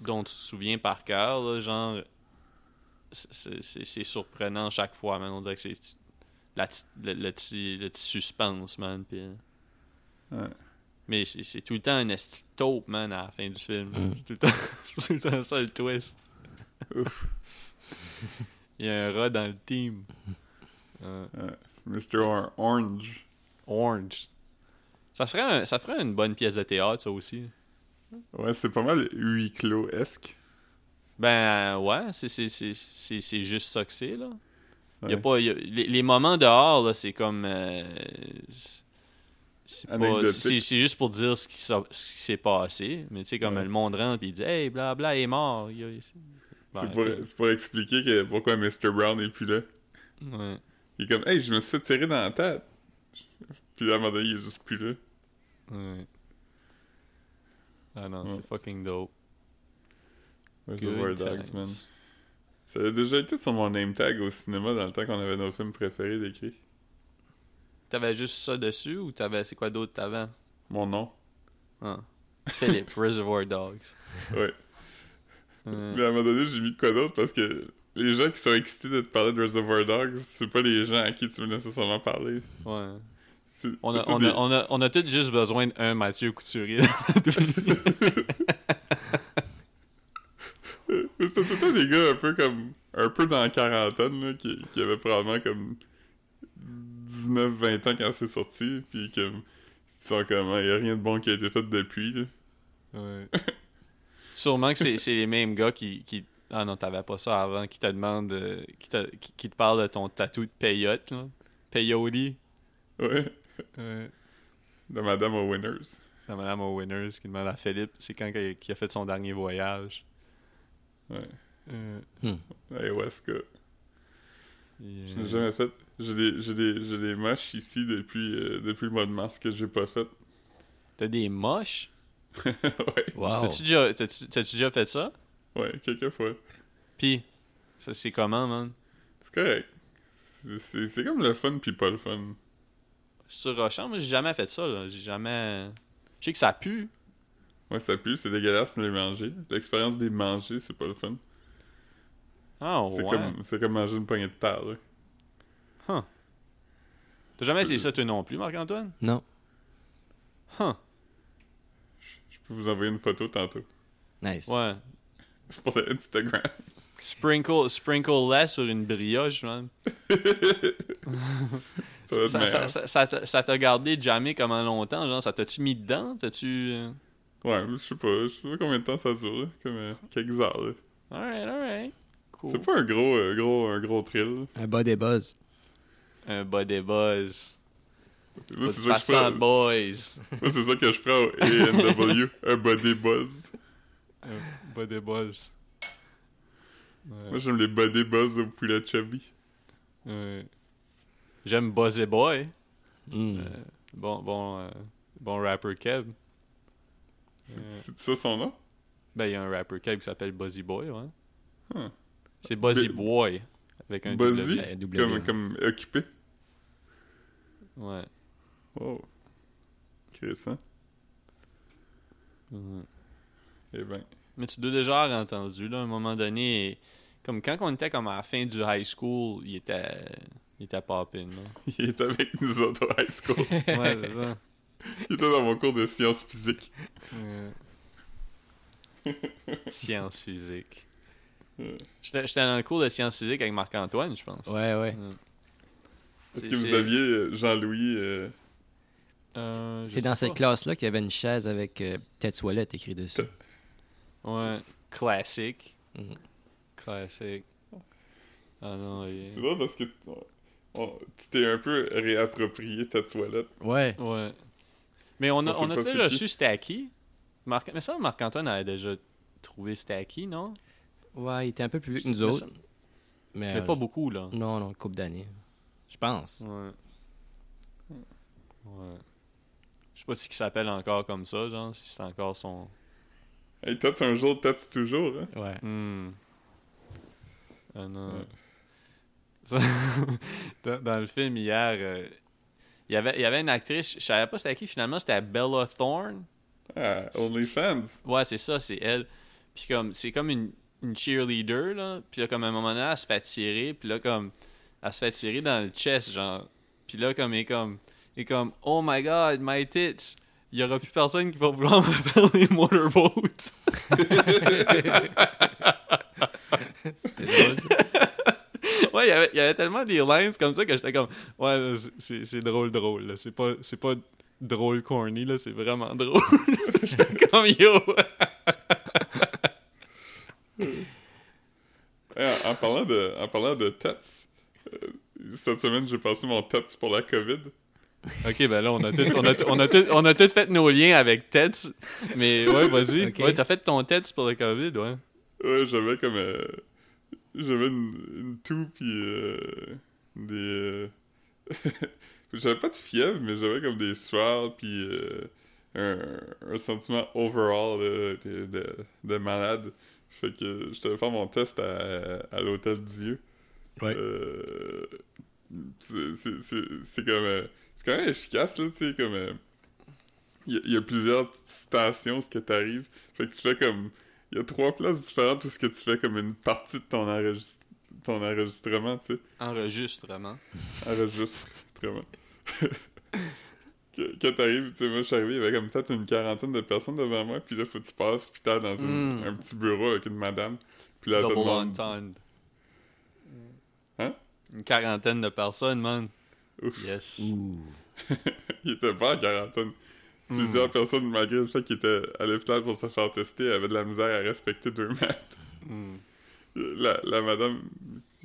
dont tu te souviens par cœur, là, genre, c'est- c'est c'est- c'est surprenant chaque fois, man. On dirait que c'est tu- la petite- le, le petit le petit suspense, man. Puis, hein.
Ouais.
Mais c'est c'est tout le temps un esti de taupe, man, à la fin du film.
Mm.
C'est tout, le temps- c'est tout le temps ça, le twist. Il y a un rat dans le team. Euh,
Ouais, c'est Mr. Or- Orange.
Orange. Ça ferait, un- ça ferait une bonne pièce de théâtre, ça aussi.
Ouais, c'est pas mal huis clos-esque.
Ben ouais, c'est- c'est- c'est c'est- c'est juste ça que c'est, là. Y a
Ouais.
pas, y a- les, les moments dehors, là, c'est comme... euh, c'est- c'est pas-
Anecdotique.
c'est c'est juste pour dire ce qui s'a- ce qui s'est passé. Mais tu sais, comme
Ouais.
le monde rentre et il dit « Hey, blabla est mort. Il y a-
C'est
Ben,
pour, c'est pour expliquer que, pourquoi Mr. Brown est plus là.
ouais.
Il est comme, hey, je me suis fait tirer dans la tête. Puis à un moment donné, il est juste plus là.
Ouais. Ah non,
Ouais.
c'est fucking dope.
Reservoir
Good
Dogs,
times.
man. Ça a déjà été sur mon name tag au cinéma dans le temps qu'on avait nos films préférés d'écrit.
T'avais juste ça dessus ou t'avais c'est quoi d'autre t'avais
Mon nom.
Ah. Philippe Reservoir Dogs.
Ouais.
Ouais.
Mais à un moment donné, j'ai mis de quoi d'autre parce que les gens qui sont excités de te parler de Reservoir Dogs, c'est pas les gens à qui tu veux nécessairement parler.
Ouais.
C'est-
On
c'est
a,
tous
on,
des-
a, on, a, on a tous juste besoin d'un Mathieu Couturier.
Euh, mais C'était tout le temps des gars un peu comme. un peu dans la quarantaine, là, qui, qui avaient probablement comme 19-20 ans quand c'est sorti, puis comme. Ils sont comme. Il a rien de bon qui a été fait depuis, là.
Sûrement que c'est c'est les mêmes gars qui, qui. Ah non, t'avais pas ça avant, qui te demandent. euh, qui, te, qui, qui te parlent de ton tatou de peyote, là. Peyote.
Ouais. De Madame aux Winners.
La madame aux Winners qui demande à Philippe, c'est quand qu'il qu'il a fait son dernier voyage.
Ouais.
Hmm.
Ayahuasca.
Et,
Je
euh,
l'ai jamais fait. J'ai des, j'ai des, j'ai des moches ici depuis, euh, depuis le mois de mars que j'ai pas fait.
T'as des moches?
ouais.
Wow.
T'as-tu déjà, t'as-tu- t'as-tu déjà fait ça?
Ouais, quelquefois.
Puis, ça c'est comment, man?
C'est correct. C'est- C'est c'est comme le fun pis pas le fun.
Sur Rochon, moi j'ai jamais fait ça, là. J'ai jamais. Je sais que ça pue.
Ouais, ça pue, c'est dégueulasse, mais les manger. L'expérience des manger, c'est pas le fun.
Ah
C'est
ouais.
comme, c'est comme manger une poignée de terre, là.
T'as jamais essayé ça toi non plus, Marc-Antoine?
Non.
Huh.
Je peux vous envoyer une photo tantôt.
Nice.
Ouais.
Pour le Instagram.
Sprinkle, sprinkle lait sur une brioche, man.
Ça va être
Ça,
meilleur.
ça, ça, ça t'a- ça t'a gardé jamais comment longtemps, genre ça t'a-tu mis dedans? T'as-tu. euh,
Ouais, je sais pas. Je sais pas combien de temps ça dure, là. Comme euh, quelques heures, là.
Alright, alright. Cool.
C'est pas un gros, euh, gros, un gros thrill. là.
Un bas des buzz.
Un body buzz.
Moi, c'est
Faut que tu
ça que
fasses
je
ça,
prends.
boys.
Moi, c'est ça que je prends au ANW. un body buzz.
Un body buzz.
Moi, j'aime les body buzz au poulet chubby.
Ouais. J'aime Buzzy Boy.
Hmm.
Euh, bon, bon, euh, bon rapper Kev.
C'est c'est ça son nom?
Ben, il y a un rapper Kev qui s'appelle Buzzy Boy, ouais.
Hmm.
C'est Buzzy
Ben-
Boy. Avec un
Buzzy?
W.
un W,
Comme,
ouais.
comme occupé.
Ouais.
Oh. Intéressant.
Mhm.
Eh ben.
Mais tu dois déjà avoir entendu, là, à un moment donné, comme quand on était comme à la fin du high school, il était, il était popping, là.
Il est avec nous autres au high school.
Ouais, c'est ça.
Il était dans mon cours de sciences physiques.
Sciences physiques.
Ouais.
J'étais j'étais dans le cours de sciences physiques avec Marc-Antoine, je pense.
Ouais, ouais.
Est-ce
C'est-
que vous
c'est-
aviez euh, Jean-Louis euh,
Euh, je
C'est dans
sais
cette
pas.
classe-là qu'il y avait une chaise avec euh, tête toilette écrit dessus.
Ouais. Classique.
Mhm.
Classique. Ah non, il...
C'est drôle parce que t- on- on- tu t'es un peu réapproprié ta toilette.
Ouais.
Ouais. Mais on a,
Je sais
on a
pas c'est
déjà
qui.
reçu Stacky. Marc... Mais ça, Marc-Antoine avait déjà trouvé Stacky, non?
Ouais, il était un peu plus vieux que nous
Mais
autres.
ça-
Mais,
Mais
euh, Mm.
pas beaucoup, là.
Non, non, une couple d'années. Je pense.
Ouais. Ouais. Je sais pas si il s'appelle encore comme ça, genre, si c'est encore son.
Hey, tête un jour, tête toujours, hein?
Ouais.
Hmm. Ah non.
Ouais.
Ça- dans, dans le film hier, euh, il y avait- il y avait une actrice, je savais pas c'était qui finalement, c'était Bella Thorne.
Ah, OnlyFans!
Ouais, c'est ça, c'est elle. Puis comme, c'est comme une, une cheerleader, là. Puis là, comme à un moment donné, elle se fait tirer. Puis là, comme, elle se fait tirer dans le chest, genre. Puis là, comme, elle est comme, elle est comme, oh my god, my tits. Il y aura plus personne qui va vouloir me faire les motorboats.
C'est drôle, ça.
ouais, il y, avait, il y avait tellement des lines comme ça que j'étais comme, ouais, là, c'est- c'est c'est drôle, drôle, là. C'est pas, c'est pas drôle corny, là. C'est vraiment drôle. j'étais comme, yo.
Hey, en, en parlant de, en parlant de têtes, euh, cette semaine, j'ai passé mon tête pour la COVID.
Ok, ben là, on a tout, on a tout- on a tout- on a tout fait nos liens avec TEDS. Mais ouais, vas-y.
Ok.
Ouais, t'as fait ton TEDS pour le COVID, ouais.
Ouais, j'avais comme... euh, j'avais une, une toux, puis euh, des... euh, j'avais pas de fièvre, mais j'avais comme des sueurs, puis euh, un, un sentiment overall là, de, de, de malade. Fait que j'étais allé faire mon test à, à l'Hôtel Dieu.
Ouais.
Euh, c'est- c'est c'est- c'est comme... euh, c'est quand même efficace, là, tu sais, comme... euh, Il y, a- il y a plusieurs petites stations, ce que t'arrives. Fait que tu fais comme... Il y a trois places différentes où ce que tu fais comme une partie de ton, enregistre- ton enregistrement, tu sais.
Enregistrement.
Enregistre, vraiment. que, que t'arrives, tu sais, moi, je suis arrivé, il y avait comme peut-être une quarantaine de personnes devant moi, puis là, faut que tu passes, puis t'es dans une-
Mm.
un petit bureau avec une madame, puis là, elle te
Double
demande-
entendre.
Hein?
Une quarantaine de personnes, man.
Ouf.
Yes.
Ouh.
il était pas en quarantaine. Plusieurs personnes, malgré le fait qu'ils étaient à l'hôpital pour se faire tester, avaient de la misère à respecter deux mètres.
Mm.
La, la madame,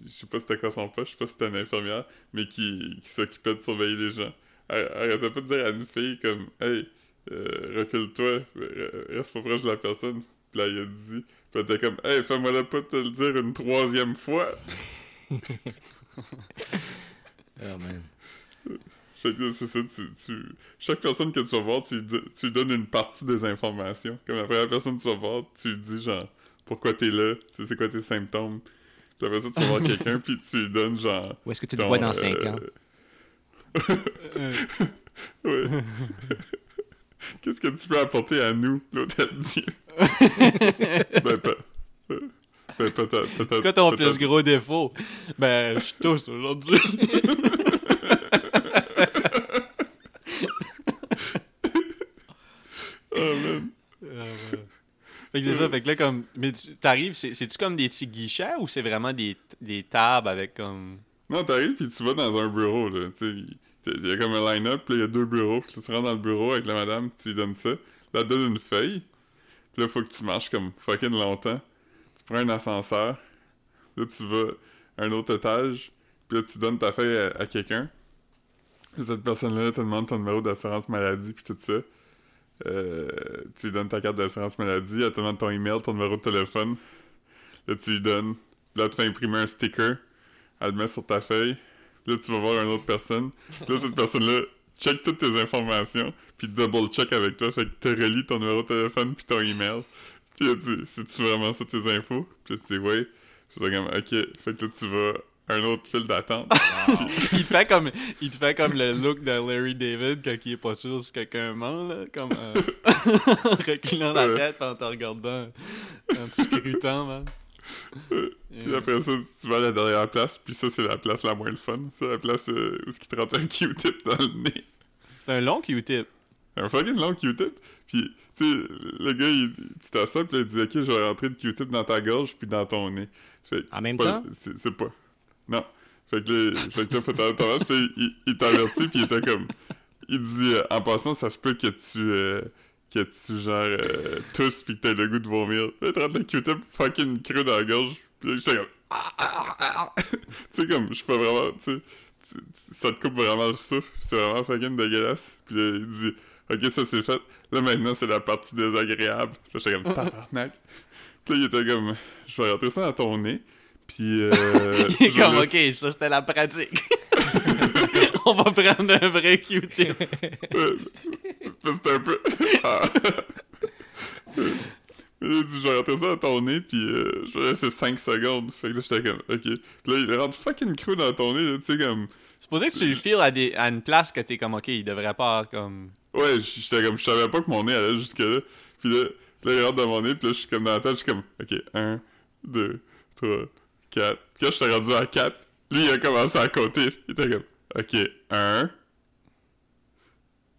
je sais pas c'était quoi son poste, je sais pas si c'était une infirmière, mais qui, qui s'occupait de surveiller les gens. Elle, elle arrêtait pas de dire à une fille comme Hey, euh, recule-toi, euh, reste pas proche de la personne. Puis là, il a dit. Puis elle était comme Hey, fais-moi la pas te le dire une troisième fois.
Oh, man.
Fait que là, c'est ça, tu, tu- Chaque personne que tu vas voir, tu, lui dis- tu lui donnes une partie des informations. Comme la première personne que tu vas voir, tu lui dis genre pourquoi t'es là, tu sais, c'est quoi tes symptômes. Puis après ça, tu vas voir quelqu'un, puis tu lui donnes genre.
Où est-ce que tu te
ton,
vois dans
euh,
5 ans?
Ouais. Qu'est-ce que tu peux apporter à nous, l'hôtel Dieu? ben, pas. ben, peut-être.
C'est
peut-être-
quoi ton
peut-être-
plus gros défaut? Ben, je tousse aujourd'hui.
Oh, man.
Ah, Fait que c'est ça, fait que là, comme. Mais tu- t'arrives, c'est- c'est-tu comme des petits guichets ou c'est vraiment des, des tables avec comme.
Non, t'arrives puis tu vas dans un bureau, là. Tu sais, il- il y a comme un line-up, puis là, il y a deux bureaux. Puis là, tu rentres dans le bureau avec la madame, tu lui donnes ça. Là, elle te donne une feuille. Puis là, faut que tu marches comme fucking longtemps. Tu prends un ascenseur. Là, tu vas à un autre étage. Puis là, tu donnes ta feuille à, à quelqu'un. Puis cette personne-là te demande ton numéro d'assurance maladie, puis tout ça. Euh, tu lui donnes ta carte d'assurance maladie, elle te demande ton email, ton numéro de téléphone. Là, tu lui donnes. Là, tu vas imprimer un sticker, elle le met sur ta feuille. Là, tu vas voir une autre personne. Puis là, cette personne-là check toutes tes informations, puis double-check avec toi. Fait que tu relis ton numéro de téléphone puis ton email. Puis là, tu c'est-tu vraiment ça tes infos? Puis là, tu dis oui. Puis là, comme, ok. Fait que là, tu vas à un autre fil d'attente.
il te fait comme il te fait comme le look de Larry David quand il est pas sûr si quelqu'un ment là comme euh, en reculant la
Ouais.
tête en te regardant en te scrutant man.
Puis après ça, tu vas à la dernière place, puis ça, c'est la place la moins le fun. C'est la place euh, où ce qui te rentre un Q-tip dans le nez.
C'est un long Q-tip.
Un fucking long Q-tip. Puis, tu sais, le gars, il, tu t'assois, puis là, il dit « Ok, je vais rentrer le Q-tip dans ta gorge, puis dans ton nez. » Fait que
En même
c'est pas-
temps?
C'est c'est pas... Non. Fait que là, fait que là, faut t'en- t'en vas, puis il, il t'avertit, puis il était comme... Il dit euh, En passant, ça se peut que tu... euh, que tu, genre, euh, tousses, puis que t'aies le goût de vomir. Là, il te rentre le Q-tip fucking creux dans la gorge. Puis là, j'étais comme... Ah, ah, ah, ah. tu sais, comme, je peux vraiment... Tu sais, tu- tu- ça te coupe vraiment le souffle. C'est vraiment fucking dégueulasse. Puis là, il dit... Ok, ça c'est fait. Là maintenant, c'est la partie désagréable. Puis là, j'étais comme tabarnak. Puis là, il était comme, je vais rentrer ça dans ton nez. Puis. Euh,
Il est
je vais
comme
le-
ok ça c'était la pratique. On va prendre un vrai Q-tip.
Euh, parce que c'est un peu. Ah. Euh, Il dit, je vais rentrer ça dans ton nez, puis euh, je vais laisser 5 secondes. Fait que là, j'étais comme, ok. Puis là, il rentre fucking creux dans ton nez, là, tu sais, comme.
C'est pour dire que tu le files à, des, à une place que t'es comme ok il devrait pas comme
Ouais, j- j'étais comme, je savais pas que mon nez allait jusque-là. Puis là, là, il rentre dans mon nez, puis là, je suis comme dans la tête, je suis comme, ok, 1, 2, 3, 4. Puis quand j'étais rendu à 4, lui, il a commencé à compter. Il était comme, ok, 1,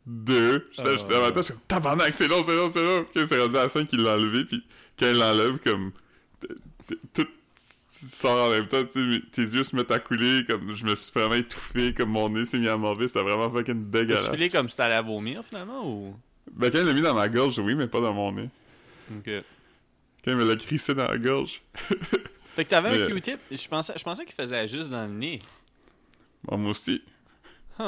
2. J'étais j'étais dans ma tête, je suis comme, tabarnak, c'est long, c'est long, c'est long. Puis là, c'est rendu à 5, il l'a enlevé, puis quand il l'enlève, comme, t- t- tout sort en même temps, tu sais, mes- tes yeux se mettent à couler, comme, je me suis vraiment étouffé, comme mon nez s'est mis à mauvais, c'était vraiment fucking
tu
dégueulasse.
filé comme si t'allais à vomir finalement ou
Ben, quand il l'a mis dans ma gorge, oui, mais pas dans mon nez.
ok.
Quand il me l'a crissé dans la gorge.
Fait que t'avais un
Mais-
Q-tip je pensais je pensais qu'il faisait juste dans le nez.
Bon, moi aussi.
Huh.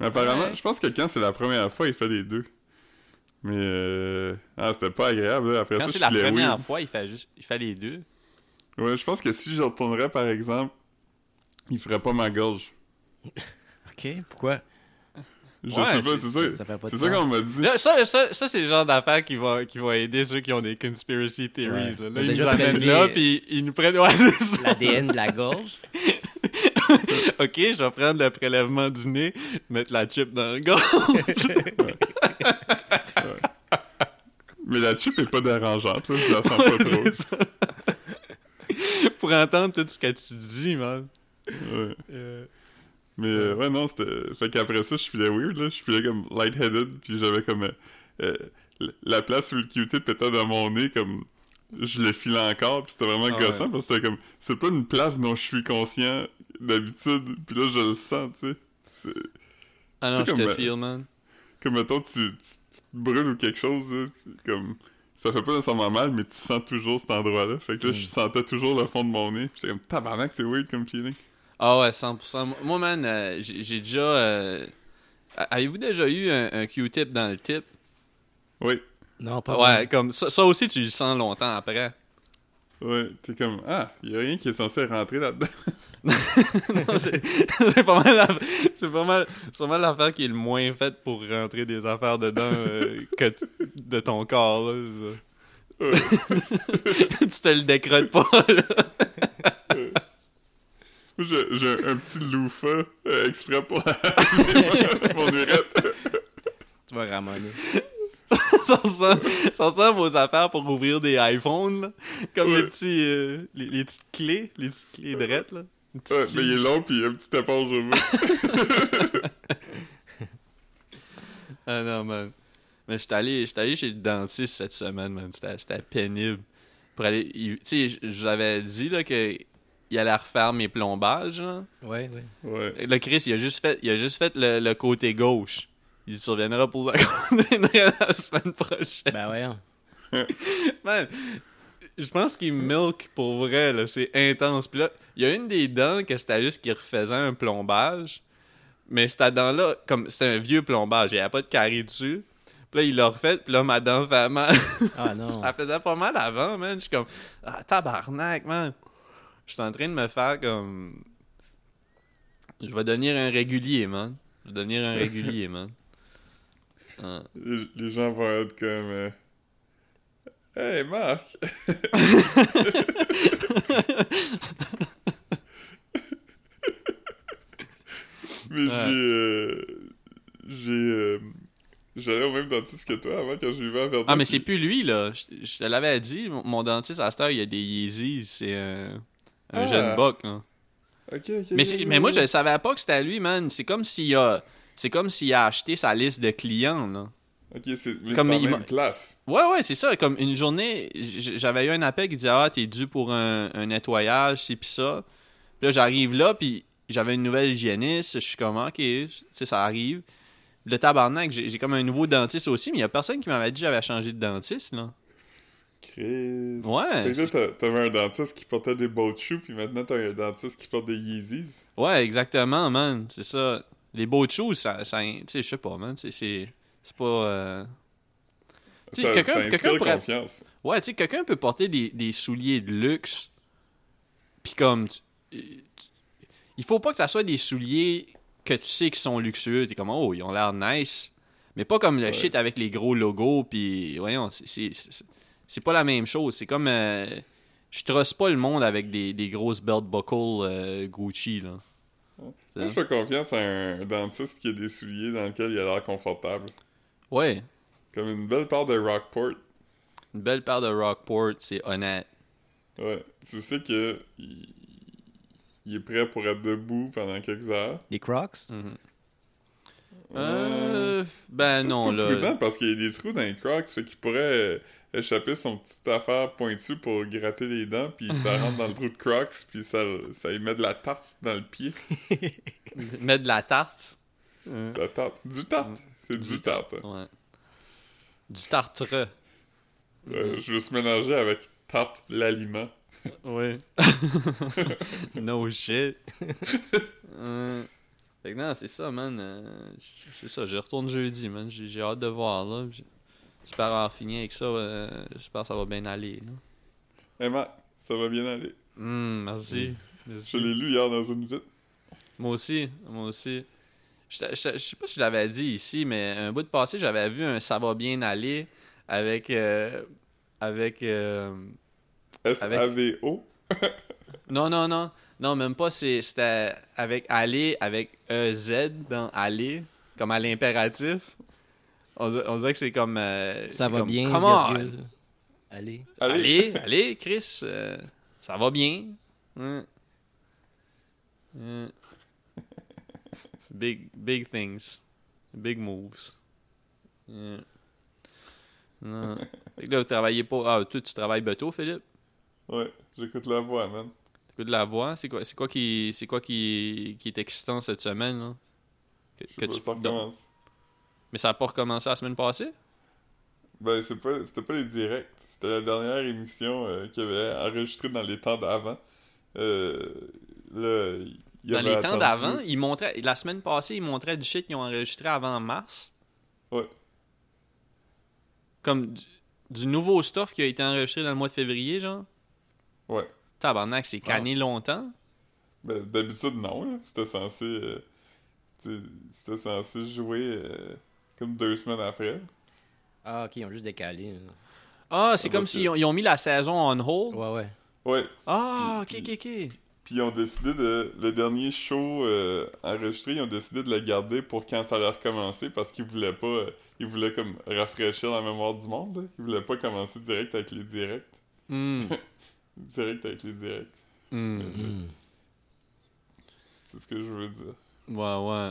Mais apparemment,
Ouais.
je pense que quand c'est la première fois, il fait les deux. Mais, euh... Ah, c'était pas agréable, là. Après
Quand
ça,
c'est
je
la
filais
première
weird.
fois il fait juste il fait les deux.
Ouais, je pense que si je retournerais, par exemple, il ferait pas ma gorge.
OK, pourquoi?
Je
Ouais,
sais pas,
c'est-
c'est
ça
ça.
fait pas de
C'est ça
sens.
qu'on m'a dit.
Là, ça, ça, ça, c'est le genre d'affaire qui va, qui va aider ceux qui ont des conspiracy theories.
Ouais.
Là, Là,
T'as
ils
déjà
nous amènent
prélevé-
là, puis ils nous prennent. Ouais, c'est ça.
L'ADN de la gorge?
Ok, je vais prendre le prélèvement du nez, mettre la chip dans le gorge.
Mais la chip est pas dérangeante, là. Je la sens pas trop.
C'est ça. Pour entendre tout ce que tu dis, man.
Ouais.
Euh,
Mais euh, ouais, non, c'était. Fait qu'après ça, je filais weird, là. Je filais comme lightheaded, puis j'avais comme. euh, euh, l- la place où le Q-tip était dans mon nez, comme. Je le filais encore, puis c'était vraiment
Ah
gossant,
ouais.
parce que c'était comme. C'est pas une place dont je suis conscient d'habitude, puis là, je le sens, tu sais. C'est-
Ah non,
C'est
je
comme,
te
euh,
feel, man.
Comme mettons, tu, tu, tu te brûles ou quelque chose, là, puis comme. Ça fait pas nécessairement mal, mais tu sens toujours cet endroit-là. Fait que
Mm.
là, je sentais toujours le fond de mon nez. puis J'étais comme tabarnak, c'est weird comme feeling.
Ah ouais, 100%. Moi, man, euh, j'ai j'ai déjà. euh, a- Avez-vous déjà eu un, un Q-tip dans le tip?
Oui,
Non, pas
Ouais, comme ça, ça aussi, tu le sens longtemps après.
ouais. T'es comme, ah, y a rien qui est censé rentrer là-dedans.
Non, c'est c'est pas mal la- c'est pas mal c'est pas mal l'affaire qui est le moins faite pour rentrer des affaires dedans euh, que tu- de ton corps là, c'est ça. tu te le décrottes pas là.
J'ai j'ai un petit loufa euh, exprès pour la- mon urette.
Tu vas ramener.
ça ressemble ça ressemble aux affaires pour ouvrir des iPhones là. comme les
Ouais.
petits euh, les, les petites clés les petites clés drettes là Une petite
Ouais, mais il est long pis il y a une petite éponge au bout.
Ah non, man. Mais j'étais allé, j'étais allé chez le dentiste cette semaine, man. C'était c'était pénible. Pour aller. il- Tu sais, j'avais dit, là, que. Il allait refaire mes plombages, là.
Ouais, ouais.
Ouais.
Le Chris, il a juste fait, il a juste fait le, le côté gauche. Il surviendra pour la, la semaine prochaine.
Ben voyons.
Man, je pense qu'il milk pour vrai, là. C'est intense. Puis là, il y a une des dents que c'était juste qu'il refaisait un plombage. Mais cette dent-là, comme c'était un vieux plombage, il n'y avait pas de carré dessus. Puis là, il l'a refait, puis là, ma dent fait mal.
Ah non.
Elle faisait pas mal avant, man. Je suis comme, ah, tabarnak, man. je suis en train de me faire comme. Je vais devenir un régulier, man. Je vais devenir un régulier, man. Ah.
Les, les gens vont être comme. euh, Hey Marc! Mais
Ouais.
j'ai. euh, j'ai. euh, J'allais au même dentiste que toi avant quand je vivais à Verdun.
Ah, mais c'est plus lui, là. Je, je te l'avais dit, mon, mon dentiste, à cette heure, il y a des Yeezys. C'est euh, un
Ah.
jeune buck, là.
Ok, ok,
Mais,
ok,
c'est-
ok,
mais moi,
ok.
je savais pas que c'était à lui, man. C'est comme s'il a... C'est comme s'il a acheté sa liste de clients, là.
Ok, c'est mais
Comme
c'est en
il m'a-
même place.
Ouais, ouais, c'est ça. Comme une journée, j- j'avais eu un appel qui disait « Ah, t'es dû pour un, un nettoyage, ci pis ça. » Puis là, j'arrive là, puis j'avais une nouvelle hygiéniste. Je suis comme « Ok, tu sais, ça arrive. » Le tabarnak, j'ai j'ai comme un nouveau dentiste aussi, mais il y a personne qui m'avait dit que j'avais changé de dentiste, là.
Chris. Fait
Ouais,
que là, t'a- t'avais un dentiste qui portait des beaux shoes, puis maintenant t'as un dentiste qui porte des Yeezys.
Ouais, exactement, man. C'est ça. Les beaux de choses, ça. ça tu sais, je sais pas, man. C'est, c'est, c'est pas. euh, Tu sais,
Ça,
quelqu'un-
ça inspire
quelqu'un pourrait-
confiance.
Ouais, tu sais, quelqu'un peut porter des, des souliers de luxe. Puis comme. tu- tu- Il faut pas que ça soit des souliers que tu sais qui sont luxueux. T'es comme, oh, ils ont l'air nice. Mais pas comme le
Ouais.
shit avec les gros logos. Puis, voyons, c'est, c'est, c'est- c'est pas la même chose. C'est comme. euh, je trosse pas le monde avec des, des grosses belt buckle euh, Gucci, là.
Moi, je fais confiance à un dentiste qui a des souliers dans lesquels il a l'air confortable.
Ouais.
Comme une belle part de Rockport.
Une belle paire de Rockport, c'est honnête.
Ouais. Tu sais que il... il est prêt pour être debout pendant quelques heures.
Des Crocs?
Euh, ben
Ça, c'est
non,
pas
là.
prudent parce qu'il y a des trous dans les crocs, fait qu'il pourrait euh, échapper son petite affaire pointue pour gratter les dents, puis ça rentre dans le trou de crocs, puis ça, ça y met de la tarte dans le pied.
Mettre de la tarte.
De la tarte. Du tarte! C'est du tarte. hein.
Ouais. Du tartre.
Euh, je veux se mélanger avec tarte l'aliment.
Ouais. no shit. Euh, Fait que non, c'est ça, man. Euh, C'est ça, je retourne jeudi, man. J'ai j'ai hâte de voir, là. J'ai- J'espère avoir fini avec ça. euh, J'espère que ça va bien aller, là.
Emma, ça va bien aller.
Hum, merci.
Je
Merci.
l'ai lu hier dans une vidéo.
Moi aussi, moi aussi. Je t'a- je t'a- je sais pas si je l'avais dit ici, mais un bout de passé, j'avais vu un Ça va bien aller avec. euh, avec. euh,
S-A-V-O.
non, non, non. Non, même pas. c'est- C'était avec aller, avec EZ dans aller, comme à l'impératif. On, dir- on dirait que c'est comme. euh,
Ça
c'est
va
comme,
bien,
Come on!
virgule. Allez.
Allez.
Allez, allez, Chris, euh, ça va bien. Hein. Hein. Big, big things, big moves. Hein. Non. Fait que là, vous travaillez pas. Ah, toi, tu travailles bateau, Philippe.
Ouais, j'écoute la voix, man.
Écoute la voix. C'est quoi, c'est quoi qui, c'est quoi qui, qui est excitant cette semaine là? Que,
Je
que
sais pas,
tu-
ça recommence.
Mais ça a pas recommencé la semaine passée.
Ben, c'est pas- c'était pas les directs. C'était la dernière émission euh, qu'il avait enregistrée dans les temps d'avant. Euh, là, il
Dans
avait
les temps
attendu-
d'avant, ils montraient. La semaine passée, ils montraient du shit qu'ils ont enregistré avant mars.
Ouais.
Comme du, du nouveau stuff qui a été enregistré dans le mois de février, genre.
Ouais. Ah.
Tabarnak, c'est canné longtemps.
Ben, d'habitude, non. là. C'était censé. euh, tu sais, c'était censé jouer euh, comme deux semaines après.
Ah, ok, ils ont juste décalé. là.
Ah, c'est
Ah,
comme
bah,
s'ils
c'est-
ont, ils ont mis la saison on hold.
Ouais, ouais.
Ouais. Mm,
Ah, ok,
Puis-
ok, ok.
Puis ils ont décidé de. Le dernier show euh, enregistré, ils ont décidé de le garder pour quand ça allait recommencer parce qu'ils voulaient pas. euh, ils voulaient comme rafraîchir la mémoire du monde. là. Ils voulaient pas commencer direct avec les directs.
Hmm,
Direct avec les directs.
hmm.
Mais c'est-
Mm-hmm.
C'est ce que je veux dire.
Ouais, ouais.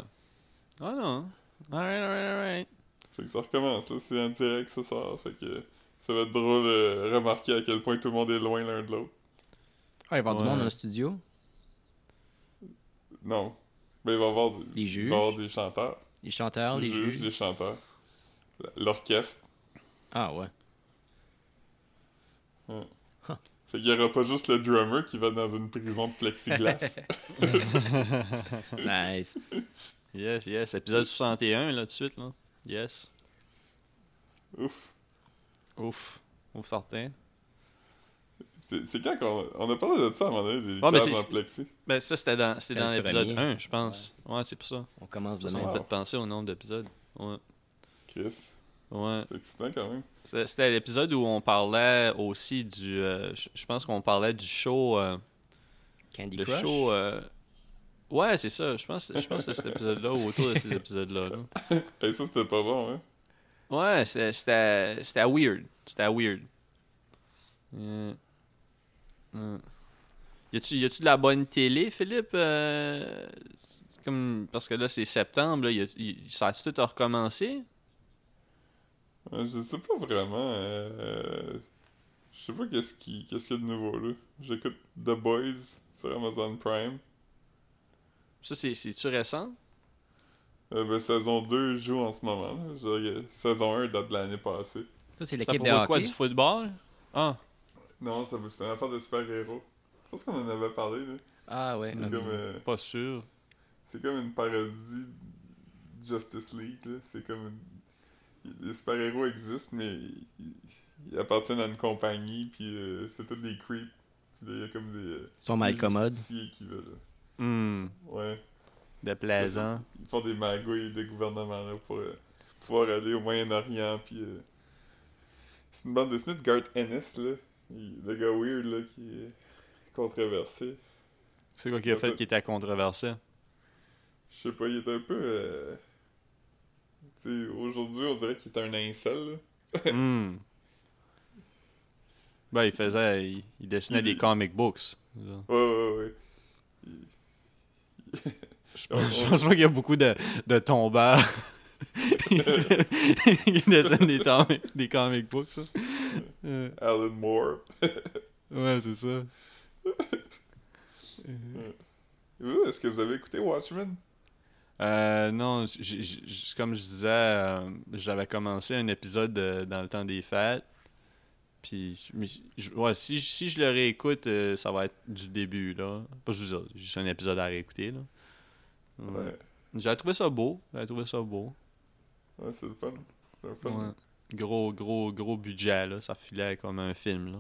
Ah non. Alright, alright, alright.
Fait que ça recommence, là. C'est en direct ce soir. Fait que ça va être drôle de remarquer à quel point tout le monde est loin l'un de l'autre.
Ah, ils vont avoir du
Ouais.
monde dans le studio.
Non. Mais il va y avoir, des-
Les
il
juges,
va y avoir des chanteurs.
les chanteurs, les
des juges,
juges.
des chanteurs. L'orchestre.
Ah, ouais.
Fait qu'il y aura pas juste le drummer qui va dans une prison de plexiglas.
Nice.
Yes, yes. Épisode 61, là, tout de suite, là. Yes.
Ouf.
Ouf. Ouf, certain.
C'est c'est quand qu'on on a parlé de ça à un moment donné, les
Ouais, mais
câbles
c'est-
en plexi.
Ben, ça, c'était dans, c'était
C'est
dans
le
l'épisode
premier.
1, je pense. Ouais, c'est pour ça.
On commence
Ça
de
ça m'a
même.
Wow.
fait penser au nombre d'épisodes. Ouais.
Chris,
Ouais.
c'est excitant quand même.
C'était c'était l'épisode où on parlait aussi du. euh, je je pense qu'on parlait du show. euh,
Candy
le
Crush.
show. euh, Ouais, c'est ça. Je pense, je pense que c'est cet épisode-là ou autour de ces épisodes-là. là.
Et ça, c'était pas bon, hein?
Ouais, c'était- c'était c'était weird. C'était weird. Euh, euh. Y a-tu y a-tu de la bonne télé, Philippe Euh, Comme Parce que là, c'est septembre. Là, y a- y- ça a-tu tout recommencé
Ouais, Je sais pas vraiment. euh, Je sais pas qu'est-ce qui... qu'est-ce qu'il y a de nouveau, là. J'écoute The Boys sur Amazon Prime.
Ça, c'est- c'est-tu récent
Euh, ben, saison 2 joue en ce moment. là. Je- Saison 1 date de l'année passée.
Ça, c'est
Ça
l'équipe de
pourrait quoi
hockey.
Du football Ah,
Non, ça c'est une affaire de super-héros. Je pense qu'on en avait parlé, là.
Euh,
Ah ouais.
C'est
ok.
comme, euh,
pas sûr.
c'est comme une parodie de Justice League, là. C'est comme une... Les super-héros existent, mais ils, ils appartiennent à une compagnie, puis euh, c'est tous des creeps. Puis là, Il y a comme des... euh,
Ils sont mal
des
commodes.
justiciers qui veulent... euh,
Hmm,
Ouais.
déplaisant.
Ils font des magouilles de gouvernement, là, pour euh, pouvoir aller au Moyen-Orient, puis... euh, C'est une bande dessinée de Garth Ennis, là. Il- le gars weird, là, qui est controversé.
C'est quoi qui a fait qu'il était controversé
Je sais pas, il est un peu. euh, Tu sais, aujourd'hui, on dirait qu'il est un incel. là.
Hmm. Ben, il faisait. Il, il dessinait des comic books.
Ouais, ouais, ouais. Il-
Je
Oh,
pense, je pense pas qu'il y a beaucoup de, de tombeurs qui dessinent des, tom- des comic books. ça. Euh,
Alan Moore.
ouais, c'est ça.
Vous, Euh, Est-ce que vous avez écouté Watchmen
Euh, non, j- j- j- comme je disais, euh, j'avais commencé un épisode euh, dans le temps des fêtes. Puis, mais je- ouais, si, je- si je le réécoute, euh, ça va être du début, là. Pas je vous dis, juste un épisode à réécouter, là. Ouais.
Ouais.
J'ai trouvé ça beau. J'ai trouvé ça beau.
Ouais, c'est le fun. C'est un fun.
Ouais. Gros, gros, gros budget, là. Ça filait comme un film, là.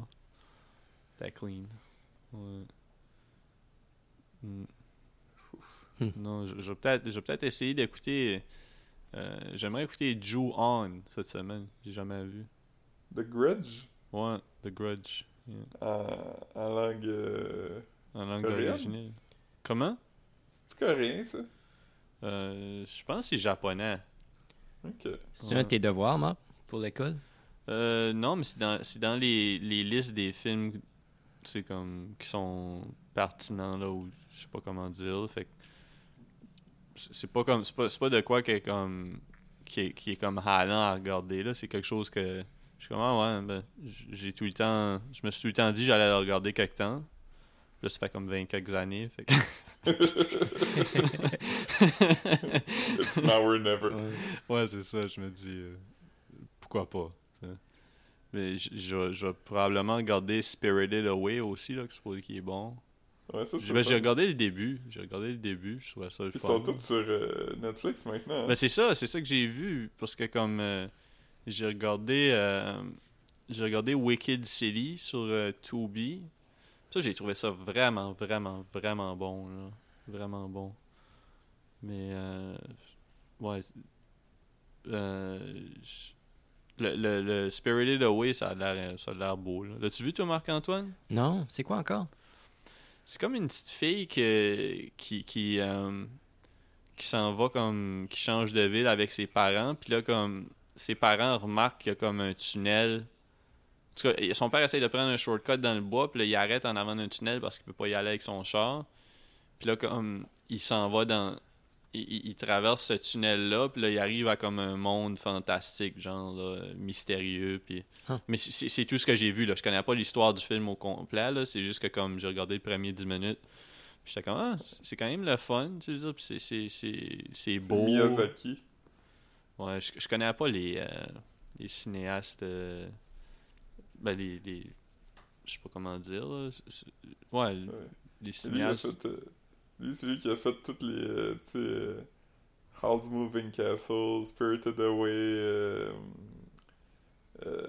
C'était clean. Ouais. Mm.
Hmm.
Non, je, je vais peut-être je vais peut-être essayer d'écouter... euh, J'aimerais écouter Jew On cette semaine. J'ai jamais vu.
The Grudge
Ouais, The Grudge. yeah.
en, en langue. euh,
En langue
Coréenne?
originelle. Comment?
C'est-tu coréen, ça
Euh, je pense que c'est japonais.
Ok.
C'est un de tes devoirs, Marc, pour l'école.
Euh, non, mais c'est dans, c'est dans les, les listes des films c'est comme qui sont pertinents là ou je sais pas comment dire. là. Fait que c'est c'est pas comme c'est pas, c'est pas de quoi qui est comme qui est, qui est comme halant à regarder là, c'est quelque chose que je suis comme ah ouais, ben, j- j'ai tout le temps je me suis tout le temps dit que j'allais le regarder quelque temps. Là, ça fait comme 20 quelques années. Fait que...
It's now or never.
Ouais, c'est ça, je me dis euh, pourquoi pas. tu sais. Mais j- je vais- je vais probablement regarder Spirited Away aussi, là, que je suppose qu'il est bon.
Ouais, ça, c'est
J'ai ben,
le
j'ai
fun.
regardé le début, j'ai regardé le début, je trouvais ça le
Ils
fun.
sont tous sur euh, Netflix maintenant. hein.
Ben, c'est ça, c'est ça que j'ai vu, parce que comme euh, j'ai regardé euh, j'ai regardé Wicked City sur euh, Tubi, ça j'ai trouvé ça vraiment, vraiment, vraiment bon, là. vraiment bon. Mais euh, ouais, euh, j- le, le, le Spirited Away, ça a l'air ça a l'air beau. là. L'as-tu vu toi Marc Antoine?
Non, c'est quoi encore?
C'est comme une petite fille que- qui qui, euh, qui s'en va comme qui change de ville avec ses parents, puis là comme ses parents remarquent qu'il y a comme un tunnel. En tout cas, son père essaie de prendre un shortcut dans le bois, puis là, il arrête en avant d'un tunnel parce qu'il peut pas y aller avec son char. Puis là comme il s'en va dans il, il- il traverse ce tunnel là, puis là il arrive à comme un monde fantastique, genre là, mystérieux puis mais c'est- c'est c'est tout ce que j'ai vu. Là. Je connais pas l'histoire du film au complet. là. C'est juste que comme j'ai regardé le premier 10 minutes, puis j'étais comme, ah, c'est quand même le fun. tu sais, je veux dire, puis c'est- c'est- c'est c'est
C'est
beau.
Miyazaki.
Ouais, je, je connais pas les, euh, les cinéastes. euh, ben, les. les- je sais pas comment dire. là. C'est- c'est- Ouais,
Ouais. Et
les
Lui, il a
cinéastes.
fait, euh, lui, celui qui a fait toutes les. euh, tu sais, euh, House Moving Castle, Spirited Away, euh, euh,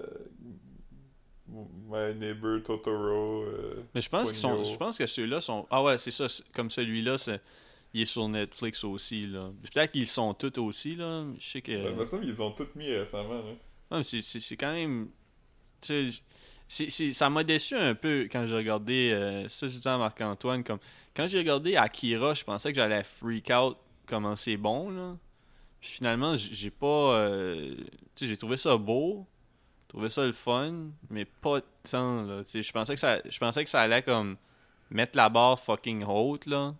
My Neighbor Totoro. euh,
Mais je pense qu'ils sont.
Poignot.
Je pense que ceux-là sont. Ah ouais, c'est ça. c'est- Comme celui-là, c'est- il est sur Netflix aussi. là. Puis Peut-être qu'ils sont tous aussi, là. Je sais que.
Ben, me semble qu'ils ont toutes mis récemment. hein. Là.
Ouais, mais c'est- c'est c'est quand même. Tu sais, c'est- c'est- ça m'a déçu un peu quand j'ai regardé. euh, ça, je disais à Marc-Antoine, comme. Quand j'ai regardé Akira, je pensais que j'allais freak out comment c'est bon, là. Puis finalement, j- j'ai pas. euh, tu sais, j'ai trouvé ça beau, trouvé ça le fun, mais pas tant, là. Tu sais, je pensais que ça, je pensais que ça allait comme mettre la barre fucking haute, là.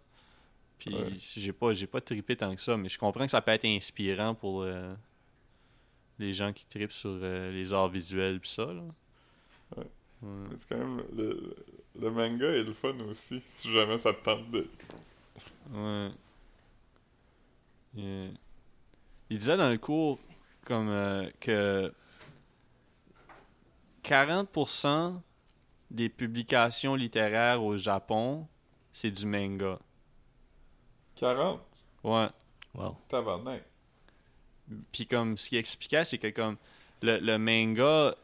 Puis
Ouais.
j'ai pas, j'ai pas trippé tant que ça, mais je comprends que ça peut être inspirant pour euh, les gens qui trippent sur euh, les arts visuels pis ça, là.
Ouais.
Ouais.
Mais C'est quand même. Le, le manga est le fun aussi, si jamais ça te tente de.
Ouais. Yeah. Il disait dans le cours comme euh, que 40% des publications littéraires au Japon, c'est du manga.
40,
Ouais.
Wow.
tabarnak.
Puis comme ce qu'il expliquait, c'est que comme le, le manga,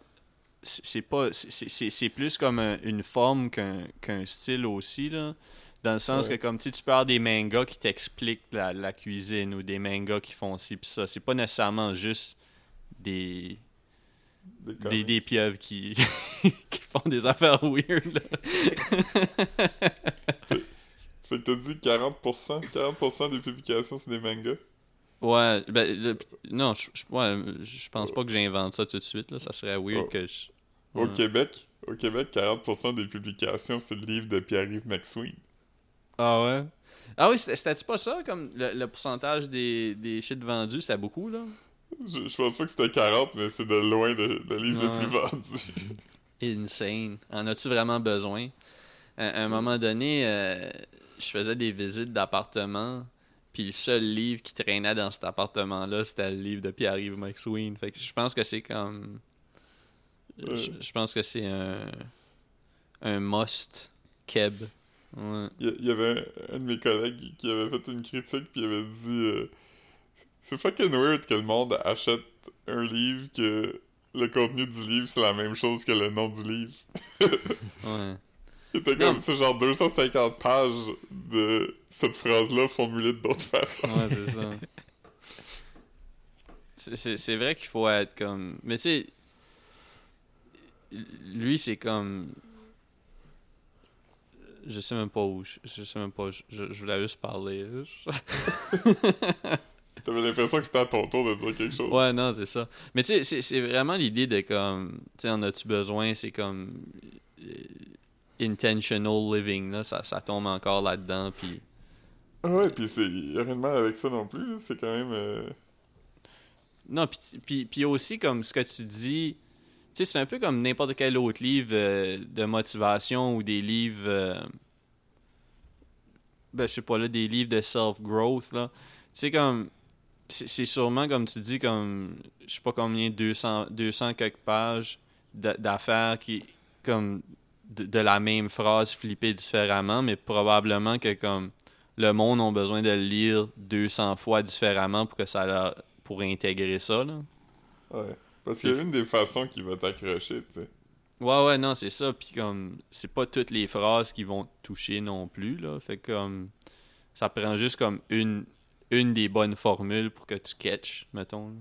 c'est c'est pas, c'est- c'est c'est plus comme un- une forme qu'un qu'un style aussi là. Dans le sens
Ouais.
que comme tu sais, tu peux avoir des mangas qui t'expliquent la, la cuisine ou des mangas qui font ci pis ça. C'est pas nécessairement juste des
Des
des,
comics.
des pieuvres qui, qui font des affaires weird. là.
Fait que t'as dit 40%, 40% des publications c'est des mangas.
Ouais, ben le- non, je je- ouais, je pense pas que j'invente ça tout de suite là. Ça serait weird
Oh.
que je.
Au
Ouais.
Québec, au Québec, 40% des publications c'est le livre de Pierre-Yves McSween.
Ah ouais? Ah oui, c'était- c'était-tu pas ça, comme le, le pourcentage des, des shit vendus, c'était beaucoup, là?
Je, je pense pas que c'était 40, mais c'est de loin le, le livre
Ouais.
le plus vendu.
Insane. En as-tu vraiment besoin? À, à un moment donné, euh, je faisais des visites d'appartements, puis le seul livre qui traînait dans cet appartement-là, c'était le livre de Pierre-Yves McSween. Fait que je pense que c'est comme...
Ouais.
Je, je pense que c'est un... un must keb. Ouais.
Il y, il y avait un, un de mes collègues qui avait fait une critique puis il avait dit euh, C'est fucking weird que le monde achète un livre que le contenu du livre c'est la même chose que le nom du livre.
Ouais.
C'était
Non,
comme
mais-
c'est genre 250 pages de cette phrase-là formulée d'autres façons.
Ouais, c'est ça. C'est- c'est- C'est vrai qu'il faut être comme. Mais tu sais. Lui, c'est comme. Je sais même pas où. Je, je sais même pas. Je, je- je voulais juste parler. là. Je-
T'avais l'impression que c'était à ton tour de dire quelque chose.
Ouais, non, c'est ça. Mais tu sais, c'est- c'est vraiment l'idée de comme. Tu sais, en as-tu besoin C'est comme. euh, Intentional living, là. Ça, ça tombe encore là-dedans. Puis.
Ah Ouais, pis c'est y a rien de mal avec ça non plus. là. C'est quand même. euh,
Non, puis- puis puis aussi, comme ce que tu dis, tu sais, c'est un peu comme n'importe quel autre livre euh, de motivation ou des livres, euh, ben, je sais pas, là, des livres de self-growth, là. Tu sais, comme, c'est c'est sûrement, comme tu dis, comme, je sais pas combien, 200, 200 quelques pages d'a- d'affaires qui, comme, de, de la même phrase flippée différemment, mais probablement que, comme, le monde ont besoin de le lire 200 fois différemment pour que ça leur pour intégrer ça. Là.
Ouais. Parce qu'il y a une des façons qui va t'accrocher, tu sais.
Ouais, ouais, non, c'est ça. Puis comme, c'est pas toutes les phrases qui vont te toucher non plus. Là. Fait que, comme, ça prend juste comme une, une des bonnes formules pour que tu catches, mettons. là.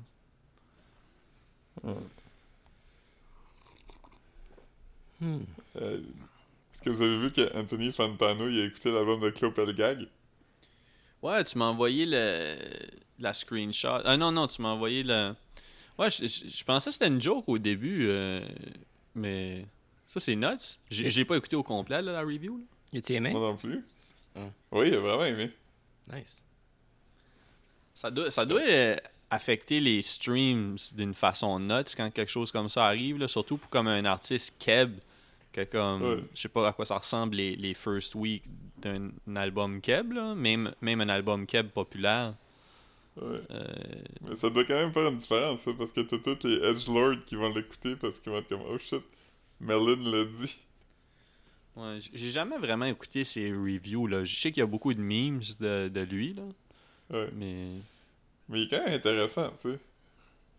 Hmm.
Euh, Est-ce que vous avez vu que Anthony Fantano il a écouté l'album de Claude Pelgag?
Ouais, tu m'as envoyé le, la screenshot. Ah non, non, tu m'as envoyé le. Ouais, je, je- je pensais que c'était une joke au début, euh, mais ça, c'est nuts. J'ai j'ai pas écouté au complet, là, la review. là.
Et tu aimé?
Moi non plus.
Hein.
Oui, il a vraiment aimé.
Nice.
Ça doit, ça doit euh, affecter les streams d'une façon nuts quand quelque chose comme ça arrive, là, surtout pour comme un artiste keb, que comme,
Ouais.
je sais pas à quoi ça ressemble les, les first week d'un album keb, là, même, même un album keb populaire.
Ouais.
euh,
Mais ça doit quand même faire une différence, ça, parce que t'as tous les Edgelords qui vont l'écouter parce qu'ils vont être comme Oh shit, Merlin l'a dit.
Ouais, j- j'ai jamais vraiment écouté ses reviews là. Je sais qu'il y a beaucoup de memes de, de lui là,
Ouais.
mais
Mais il est quand même intéressant, tu sais.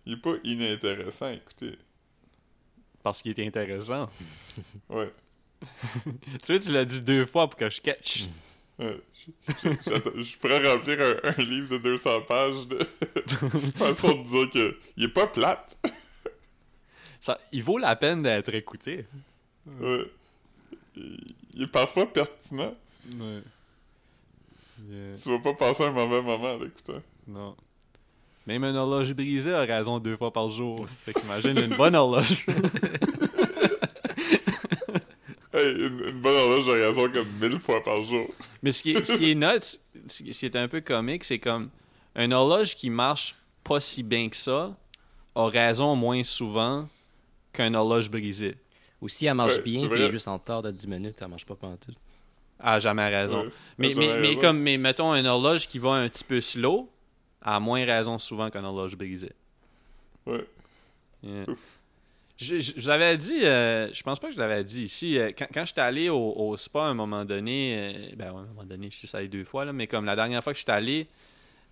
Il est pas inintéressant à écouter.
parce qu'il est intéressant.
Ouais.
tu vois, tu l'as dit deux fois pour que je catch.
ouais. Euh, Je- je- j'attends- Je pourrais remplir un, un livre de 200 pages de façon de dire que il est pas plate.
Ça, il vaut la peine d'être écouté.
Ouais. Il il est parfois pertinent.
Ouais. Yeah.
Tu vas pas passer un mauvais moment à l'écoutant.
Non. Même une horloge brisée a raison deux fois par jour. Fait qu'imagine une bonne horloge.
Hey, une, une bonne horloge, j'ai raison comme mille fois par jour.
Mais ce qui est, ce qui est nuts, ce qui ce qui est un peu comique, c'est comme une horloge qui marche pas si bien que ça a raison moins souvent qu'une horloge brisée.
Ou si elle marche
Ouais,
bien,
c'est
puis
vrai.
est juste en retard de 10 minutes, elle marche pas pantoute.
A jamais raison.
Ouais,
mais,
elle a
mais,
jamais
mais
raison.
comme, mais mettons, une horloge qui va un petit peu slow a moins raison souvent qu'une horloge brisée.
Ouais.
Yeah. Je, je- je vous avais dit, euh, je pense pas que je l'avais dit ici, euh, quand, quand j'étais allé au, au spa à un moment donné, euh, ben ouais, à un moment donné, je suis allé deux fois, là, mais comme la dernière fois que j'étais allé,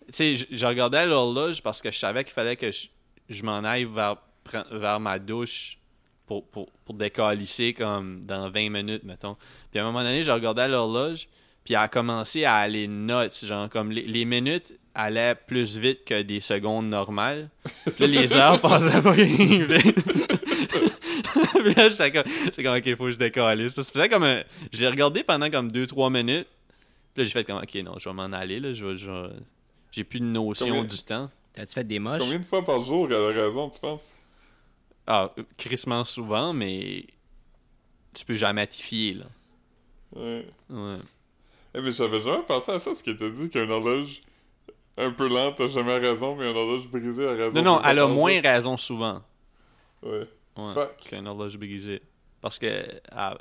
tu sais, je, je regardais l'horloge parce que je savais qu'il fallait que je, je m'en aille vers, pre- vers ma douche pour, pour, pour décalisser comme dans 20 minutes, mettons. Puis à un moment donné, je regardais l'horloge, puis elle a commencé à aller nuts, genre comme les, les minutes allaient plus vite que des secondes normales. Puis là, les heures passaient pas rien vite. Puis là, j'étais comme, c'est comme, ok, faut que je décalisse. Ça se faisait comme un- Je l'ai regardé pendant comme 2-3 minutes. Puis là, j'ai fait comme, ok, non, je vais m'en aller, là, je vais- je vais- J'ai plus de notion
Combien-
du temps.
T'as-tu fait des moches?
Combien de fois par jour elle a raison, tu penses?
Ah, crissement souvent, mais tu peux jamais t'y fier, là.
Ouais.
Ouais.
Eh, mais j'avais jamais pensé à ça, ce qui t'a dit qu'une horloge un peu lente a jamais raison, mais une horloge brisée a raison.
Non, non,
deux
elle a
fois par
moins raison souvent
jour. Ouais.
ouais,
Fuck.
qu'une horloge brisée. Parce que elle, euh,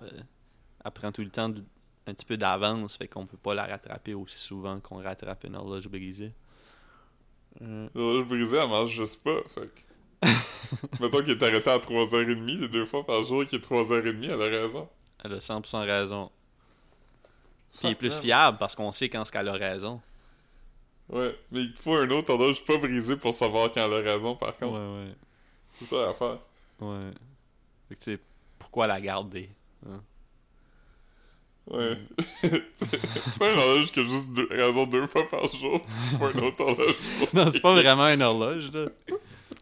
elle prend tout le temps de- un petit peu d'avance, fait qu'on peut pas la rattraper aussi souvent qu'on rattrape une horloge brisée. Euh,
Une horloge brisée, elle marche juste pas, fait que- Mettons qu'il est arrêté à 3h30, les deux fois par jour qu'il est 3h30, elle a raison.
elle a 100% raison. Puis elle est
Fuck,
plus
man.
fiable parce qu'on sait quand ce qu'elle a raison.
Ouais, mais il te faut un autre horloge pas brisé pour savoir quand elle a raison, par contre.
ouais,
C'est ça l'affaire.
ouais. Fait que tu sais, pourquoi la garder?
Ouais.
Mm.
c'est une horloge qui a juste deux, raison deux fois par jour. C'est pas une autre horloge.
Non, c'est pas vraiment une horloge, là.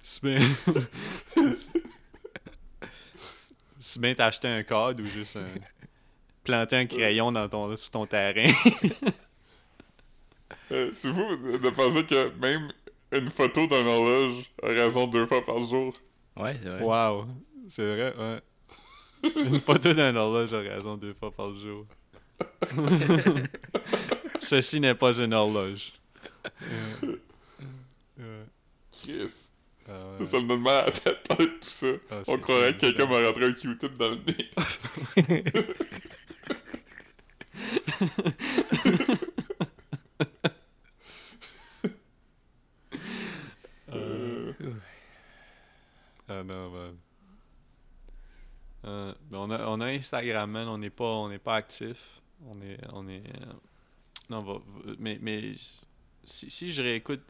C'est bien. C'est bien t'acheter un cadre ou juste un... planter un crayon dans ton... sur ton terrain.
Euh, c'est fou de penser que même une photo d'une horloge a raison deux fois par jour.
Ouais, c'est vrai.
Wow. C'est vrai, ouais. Une photo d'une horloge a raison deux fois par jour. Ceci n'est pas une horloge. Ouais. Ouais.
Chris.
Ah ouais.
Ça me donne mal à la tête de parler de tout ça.
Ah,
On
c'est
croirait que
insane.
quelqu'un m'a rentré un Q-tip dans le nez. Euh,
Ah non, man. Euh, ben, on, a, on a Instagram, man. On n'est pas, on n'est pas actif. On est, on est. euh, Non, va, va- mais, mais si, si je réécoute,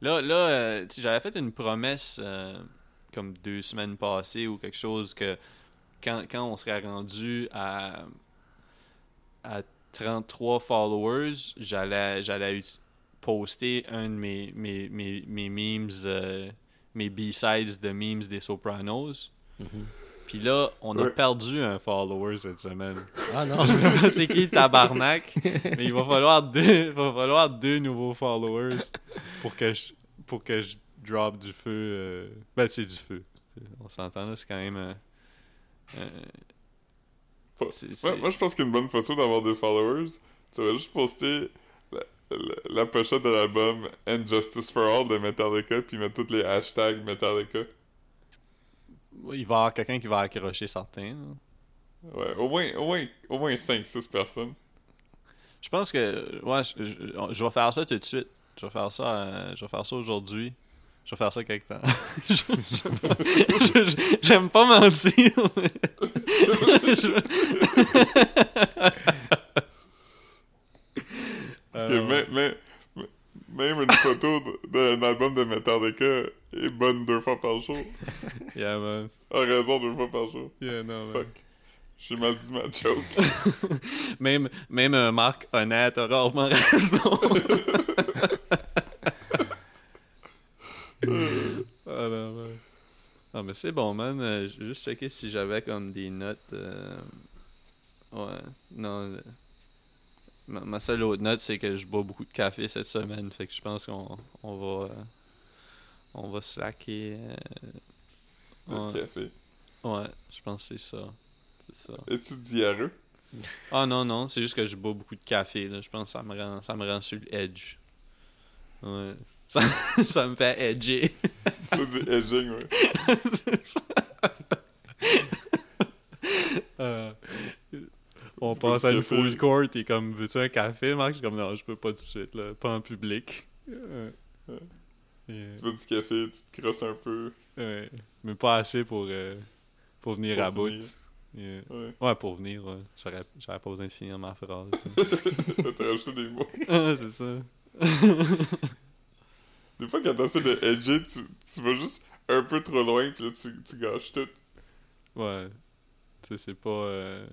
là, là, euh, tu sais, j'avais fait une promesse euh, comme deux semaines passées ou quelque chose que quand, quand on serait rendu à à 33 followers, j'allais, j'allais ut- poster un de mes mes mes, mes memes. euh, mes B-sides de memes des Sopranos.
Mhm.
Puis là, on a
Ouais.
perdu un follower cette semaine.
Ah non,
Je sais pas c'est qui le tabarnak, mais il va falloir deux, il va falloir deux nouveaux followers pour que je, pour que je drop du feu. euh, Ben, c'est du feu. On s'entend là, c'est quand même. euh, euh,
Pas-
c'est- c'est-
moi, moi, je pense qu'une bonne photo d'avoir des followers, tu vas juste poster la, la- la pochette de l'album And Justice for All de Metallica, puis mettre tous les hashtags Metallica.
il va y avoir quelqu'un qui va accrocher certains. là.
Ouais, au moins, au moins, au moins 5-6 personnes.
Je pense que ouais, je, je- je vais faire ça tout de suite. Je vais faire ça, euh, je vais faire ça aujourd'hui. Je vais faire ça quelque temps. Je- je- je- J'aime pas mentir. mais- Je-
Parce que même, même- même une photo de- d'un album de Metallica est bonne deux fois par jour.
Yeah, man.
A raison deux fois par jour.
Yeah, non, man.
Fuck. J'ai mal dit ma joke.
Même, même un Marc honnête a rarement raison. ah non, man. Ah, mais c'est bon, man. Euh, J'ai juste checké si j'avais comme des notes. euh, Ouais, non. le- Ma, ma seule autre note, c'est que je bois beaucoup de café cette semaine. Fait que je pense qu'on on va. euh, On va slacker. euh,
Le
Ouais,
café.
ouais, je pense que c'est ça. C'est ça.
Es-tu diarrheux?
Ah non, non, c'est juste que je bois beaucoup de café. Là. Je pense que ça me rend, ça me rend sur le edge. Ouais. Ça, ça me fait edger.
Tu fais du edging, ouais.
Euh, on
Tu
passe
bois
à
du
une
café.
food court et comme veux-tu un café, Marc? Je suis comme non, je peux pas tout de suite, là. pas en public. Ouais.
Ouais.
Yeah.
Tu fais du café, tu te crosses un peu.
Ouais. Mais pas assez pour, euh, pour venir
Pour
à bout.
venir.
Yeah.
Ouais.
Ouais, pour venir, ouais. j'aurais j'aurais pas besoin de finir ma phrase.
T'as rajouté des mots.
ah, c'est ça.
Des fois, quand t'essaies de edger, tu, tu vas juste un peu trop loin, pis là, tu, tu gâches tout.
Ouais. Tu sais, c'est pas. euh,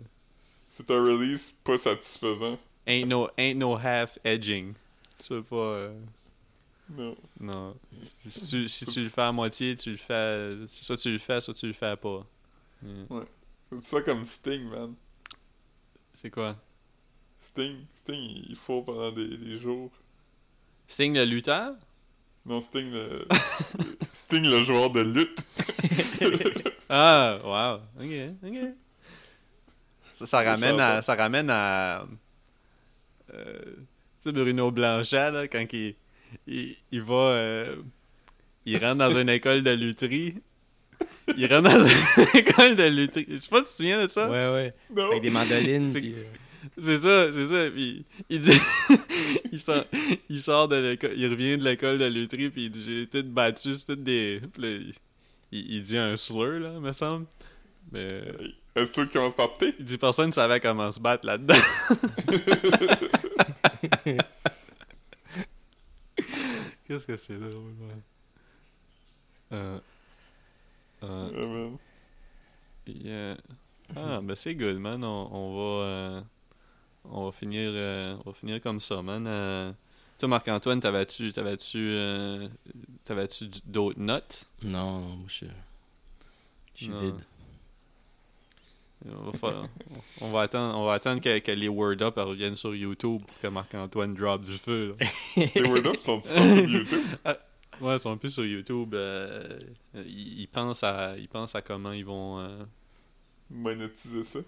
C'est un release pas satisfaisant.
Ain't no, ain't no half edging. Tu veux pas. euh,
Non.
non. Si tu, si tu le fais à moitié, tu le fais. c'est Soit tu le fais, soit tu le fais pas. Mm.
Tu fais comme Sting, man.
C'est quoi
Sting, Sting, il il faut pendant des, des jours.
Sting le lutteur
Non, Sting, le... Sting, le joueur de lutte.
Ah, wow. Ok, ok. Ça, ça
Je
ramène
sais
à.
pas.
Ça ramène à. euh, tu sais, Bruno Blanchet, là, quand il. Il, il va. euh, il rentre dans une école de lutherie. Il rentre dans une école de lutherie. Je sais pas si tu te souviens de ça.
Ouais, ouais.
Non.
Avec des mandolines.
C'est-
puis, euh,
C'est ça, c'est ça. Puis il dit. il, sort, il sort de l'école. Il revient de l'école de lutherie, puis il dit J'ai été battu, c'est tout des. Puis là, il, il- il dit un slur, là, me semble. Mais.
Est-ce que ceux qui commencent par T?
Il dit Personne ne savait comment se battre là-dedans. Qu'est-ce que c'est drôle, man. Euh,
Ah.
euh,
Ouais, Ah, man.
Yeah. Ah, ben c'est good, man. On, on va, euh, on va finir, euh, on va finir comme ça, man. Euh, toi, Marc-Antoine, t'avais-tu, t'avais-tu, euh, t'avais-tu d- d'autres notes?
Non, non, moi, je je suis
Non.
vide.
On va, faire- on va attendre, on va attendre que, que les Word Up reviennent sur YouTube pour que Marc-Antoine drop du feu. là.
Les Word Up sont-ils pas sur YouTube?
Ouais, ils sont plus sur YouTube. euh, ils, ils pensent à, ils pensent à comment ils vont. euh,
Monétiser ça.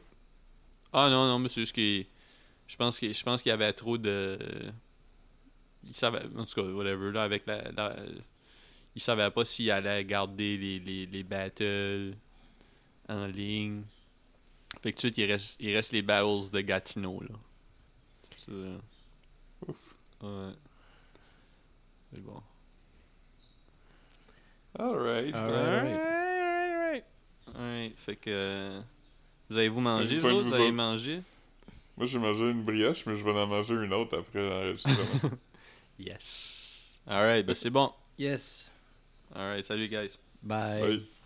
Ah non, non, mais c'est juste qu'il. Je pense qu'il je pense qu'il y avait trop de. Il savait. En tout cas, whatever, là, avec la. la- Il savait pas s'il allait garder les, les, les battles en ligne. Fait que tout de suite, il reste, il reste les battles de Gatineau, là. C'est Ouais. C'est bon.
Alright.
Alright.
Alright, alright, alright. Alright, fait que. Vous avez-vous
Une
mangé, vous
fois
autres?
que
Vous
vous
avez
autres-
mangé?
Moi, j'ai mangé une brioche, mais je vais en manger une autre après l'enregistrement.
Yes. Alright, ben c'est bon.
Yes.
Alright, salut guys.
Bye.
Bye.